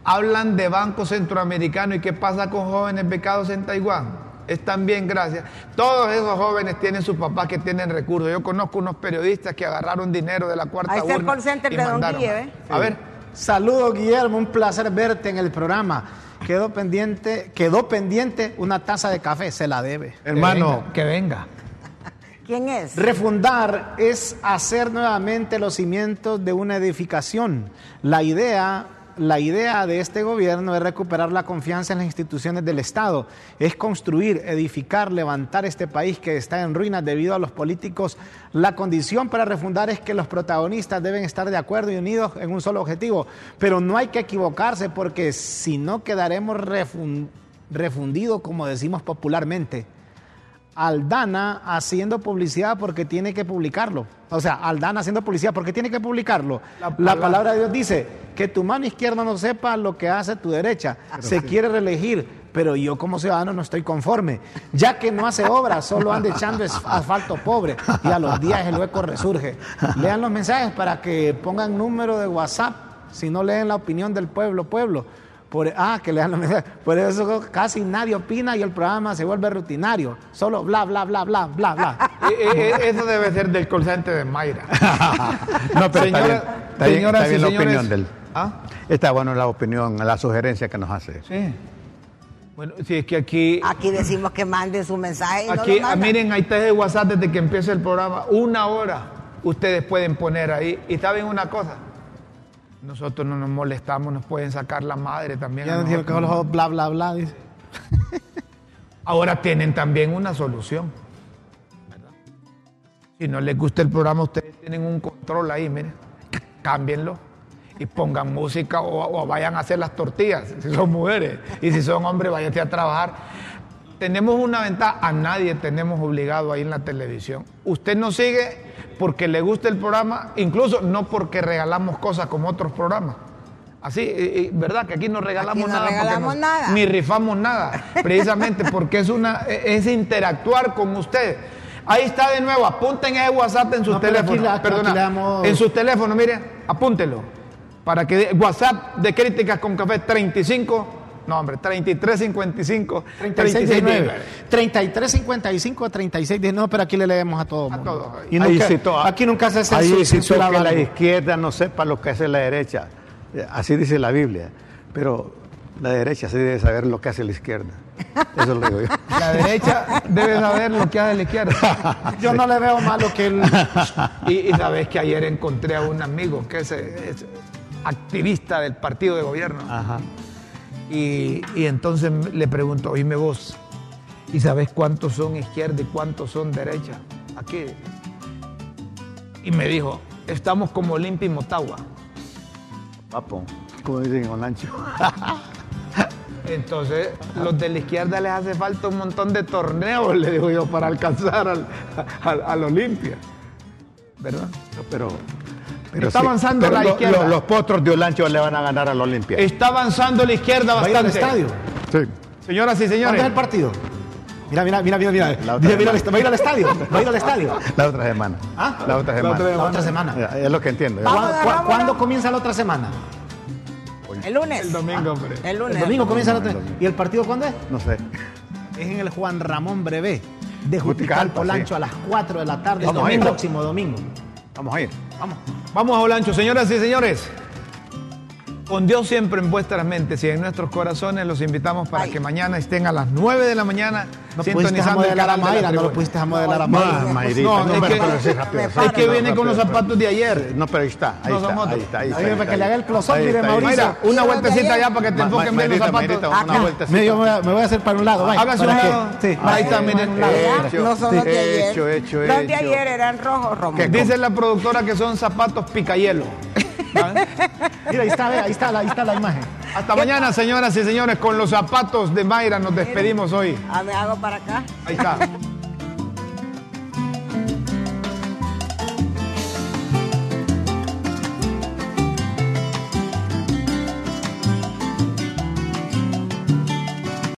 S1: Hablan de Banco Centroamericano y qué pasa con jóvenes becados en Taiwán. Están bien, gracias. Todos esos jóvenes tienen sus papás que tienen recursos. Yo conozco unos periodistas que agarraron dinero de la cuarta
S2: Ahí está el
S1: urna
S2: call center
S1: y
S2: de Don
S1: mandaron.
S2: Guille, ¿eh?
S1: A ver.
S3: Saludos, Guillermo. Un placer verte en el programa. Quedó pendiente, quedó pendiente una taza de café, se la debe.
S5: Hermano,
S1: Que venga.
S2: ¿Quién es?
S3: Refundar es hacer nuevamente los cimientos de una edificación. La idea, la idea de este gobierno es recuperar la confianza en las instituciones del Estado, es construir, edificar, levantar este país que está en ruinas debido a los políticos. La condición para refundar es que los protagonistas deben estar de acuerdo y unidos en un solo objetivo, pero no hay que equivocarse porque si no quedaremos refun- refundidos como decimos popularmente. Aldana haciendo publicidad porque tiene que publicarlo. O sea, Aldana haciendo publicidad porque tiene que publicarlo.
S1: La
S3: La
S1: palabra-
S3: palabra, de Dios dice que tu mano izquierda no sepa lo que hace tu derecha. Se quiere reelegir, pero yo como ciudadano no estoy conforme, ya que no hace obra, solo anda echando es- asfalto pobre y a los días el hueco resurge. Lean los mensajes para que pongan número de WhatsApp, si no leen la opinión del pueblo, pueblo. Por, ah, que le dan la mensaje. Por eso casi nadie opina y el programa se vuelve rutinario. Solo bla, bla, bla, bla, bla, bla.
S1: Eh, eh, eh, eso debe ser del call center de Mayra.
S5: [laughs] No, pero está bien, está bien,
S1: señoras
S5: está
S1: y
S5: bien la
S1: señores.
S5: opinión de él.
S1: Ah,
S5: Está bueno la opinión, la sugerencia que nos hace.
S1: sí. Bueno, si es que aquí,
S2: Aquí decimos que manden su mensaje. y no
S1: aquí
S2: lo
S1: ah,
S2: mandan.
S1: miren, ahí está el WhatsApp desde que empieza el programa. Una hora ustedes pueden poner ahí. Y saben una cosa, nosotros no nos molestamos, nos pueden sacar la madre también. a
S3: [laughs] Ya nos dijeron que
S1: nosotros.
S3: solo bla, bla, bla. dice.
S1: Ahora tienen también una solución. ¿verdad? Si no les gusta el programa, ustedes tienen un control ahí, miren, cámbienlo y pongan música o, o vayan a hacer las tortillas, si son mujeres, y si son hombres, váyanse a trabajar. Tenemos una ventaja, a nadie tenemos obligado ahí en la televisión. Usted nos sigue porque le gusta el programa, incluso no porque regalamos cosas como otros programas. Así, eh, eh, ¿verdad? Que aquí no regalamos
S2: no
S1: nada. porque
S2: regalamos
S1: no-
S2: nada.
S1: Ni rifamos nada, precisamente porque es una es interactuar con usted. Ahí está de nuevo, apunten ese WhatsApp en sus
S3: No, pero aquí
S1: teléfonos.
S3: la- aquí
S1: Perdona,
S3: le damos-
S1: en sus teléfonos, mire. apúntelo. Para que de- WhatsApp de críticas con café 35, no hombre, 3355
S3: 3619. 3355 3619, pero aquí le leemos a todos.
S1: A todos.
S3: Y
S5: Ahí
S3: nunca-
S5: citó-
S3: aquí nunca se
S5: ahí
S3: censura-
S5: citó
S3: censuraba
S5: que la
S3: algo.
S5: izquierda no sepa lo que hace la derecha. Eh, Así dice la Biblia. Pero la derecha sí debe saber lo que hace la izquierda. Eso lo digo yo.
S1: La derecha debe saber lo que hace la
S3: [laughs]
S5: Ah,
S1: izquierda.
S3: Yo no le veo malo que
S5: [laughs]
S3: él.
S1: Y, y sabes que ayer encontré a un amigo que es, eh, es activista del partido de gobierno.
S5: Ajá.
S1: Y, y entonces le pregunto, oíme vos, ¿y sabes cuántos son izquierda y cuántos son derecha? Aquí. Y me dijo, estamos como Olimpia y Motagua.
S5: Papo, como dicen en Olancho.
S1: Entonces, los de la izquierda les hace falta un montón de torneos, [laughs] le digo yo, para alcanzar al, al- al Olimpia. ¿Verdad?
S5: Pero,
S1: Está avanzando la
S5: lo-
S1: izquierda. Eh.
S5: lo- los potros de Olancho le van a ganar a la Olimpia.
S1: Está avanzando la izquierda
S3: Va a ir al
S1: bastante.
S3: estadio.
S5: Sí.
S1: Señoras y
S3: ¿Dónde es el
S1: señores,
S3: partido? Mira, mira, mira, mira, mira.
S5: La otra
S3: Mira, mira,
S5: vez.
S3: va a ir al estadio. Va a ir al estadio.
S5: La otra semana.
S3: ¿Ah?
S5: La otra semana.
S3: La otra semana.
S5: Ya, Es lo que entiendo.
S3: ¿Cuá-
S5: Ya.
S2: Vámonos,
S3: cuá-
S2: vámonos.
S3: ¿Cuándo comienza la otra semana?
S2: El lunes.
S1: el domingo, hombre.
S2: El lunes.
S3: El domingo comienza la
S5: el
S3: otra.
S5: domingo.
S3: ¿Y el partido cuándo es?
S5: No sé.
S3: Es en el Juan Ramón Brevé de Jutical
S5: Juticalpa,
S3: Polancho
S5: sí.
S3: a las 4 de la tarde el
S5: Vamos a ir.
S3: domingo, próximo domingo.
S5: Vamos a ir.
S3: Vamos.
S1: Vamos a Olancho, señoras y señores. Con Dios siempre en vuestras mentes y en nuestros corazones los invitamos para
S2: Ay.
S1: que mañana estén a las 9 de la mañana
S3: No pudiste a
S1: el
S3: modelar a
S1: canal de la
S3: Mayra, no lo
S1: tribuna.
S3: pudiste a modelar a Mayra.
S5: Ma- Mayrita,
S1: No, es
S5: pero-
S1: que-
S5: pero sí, rápido,
S2: es
S5: sí,
S1: Es que
S5: no,
S1: viene con
S5: rápido,
S1: los
S5: rápido.
S1: zapatos de ayer.
S5: No, pero ahí está, ahí
S1: No son
S5: está,
S1: otros.
S5: ahí está, ahí
S3: Ahí
S5: está,
S3: para
S5: ahí
S3: que le haga
S5: está.
S3: el close-up,
S5: Ahí
S3: mire,
S5: está, ahí está.
S3: Mauricio.
S1: Mayra, una
S2: Sí,
S1: vueltecita
S2: ayer.
S1: allá para que te
S5: Ma-
S1: enfoquen bien los
S5: Mayrita,
S1: zapatos.
S5: Mayrita, una
S2: Acá.
S5: vueltecita.
S3: Me, yo me, voy a- me voy a hacer para un lado. vaya,
S1: Hágase
S3: para
S1: un
S3: que-
S1: lado.
S3: sí.
S1: Ahí está,
S5: Hecho,
S1: miren.
S5: hecho,
S2: no son los de ayer.
S5: Hecho, hecho,
S2: los de
S5: hecho.
S2: ayer eran rojos, Román.
S1: Dice la productora que son zapatos picayelo.
S3: Mira, ahí está, ve, ahí está, la- ahí está la imagen.
S1: Hasta mañana, señoras y señores, con los zapatos de Mayra nos despedimos hoy.
S2: Ah, me hago para acá.
S1: Ahí está.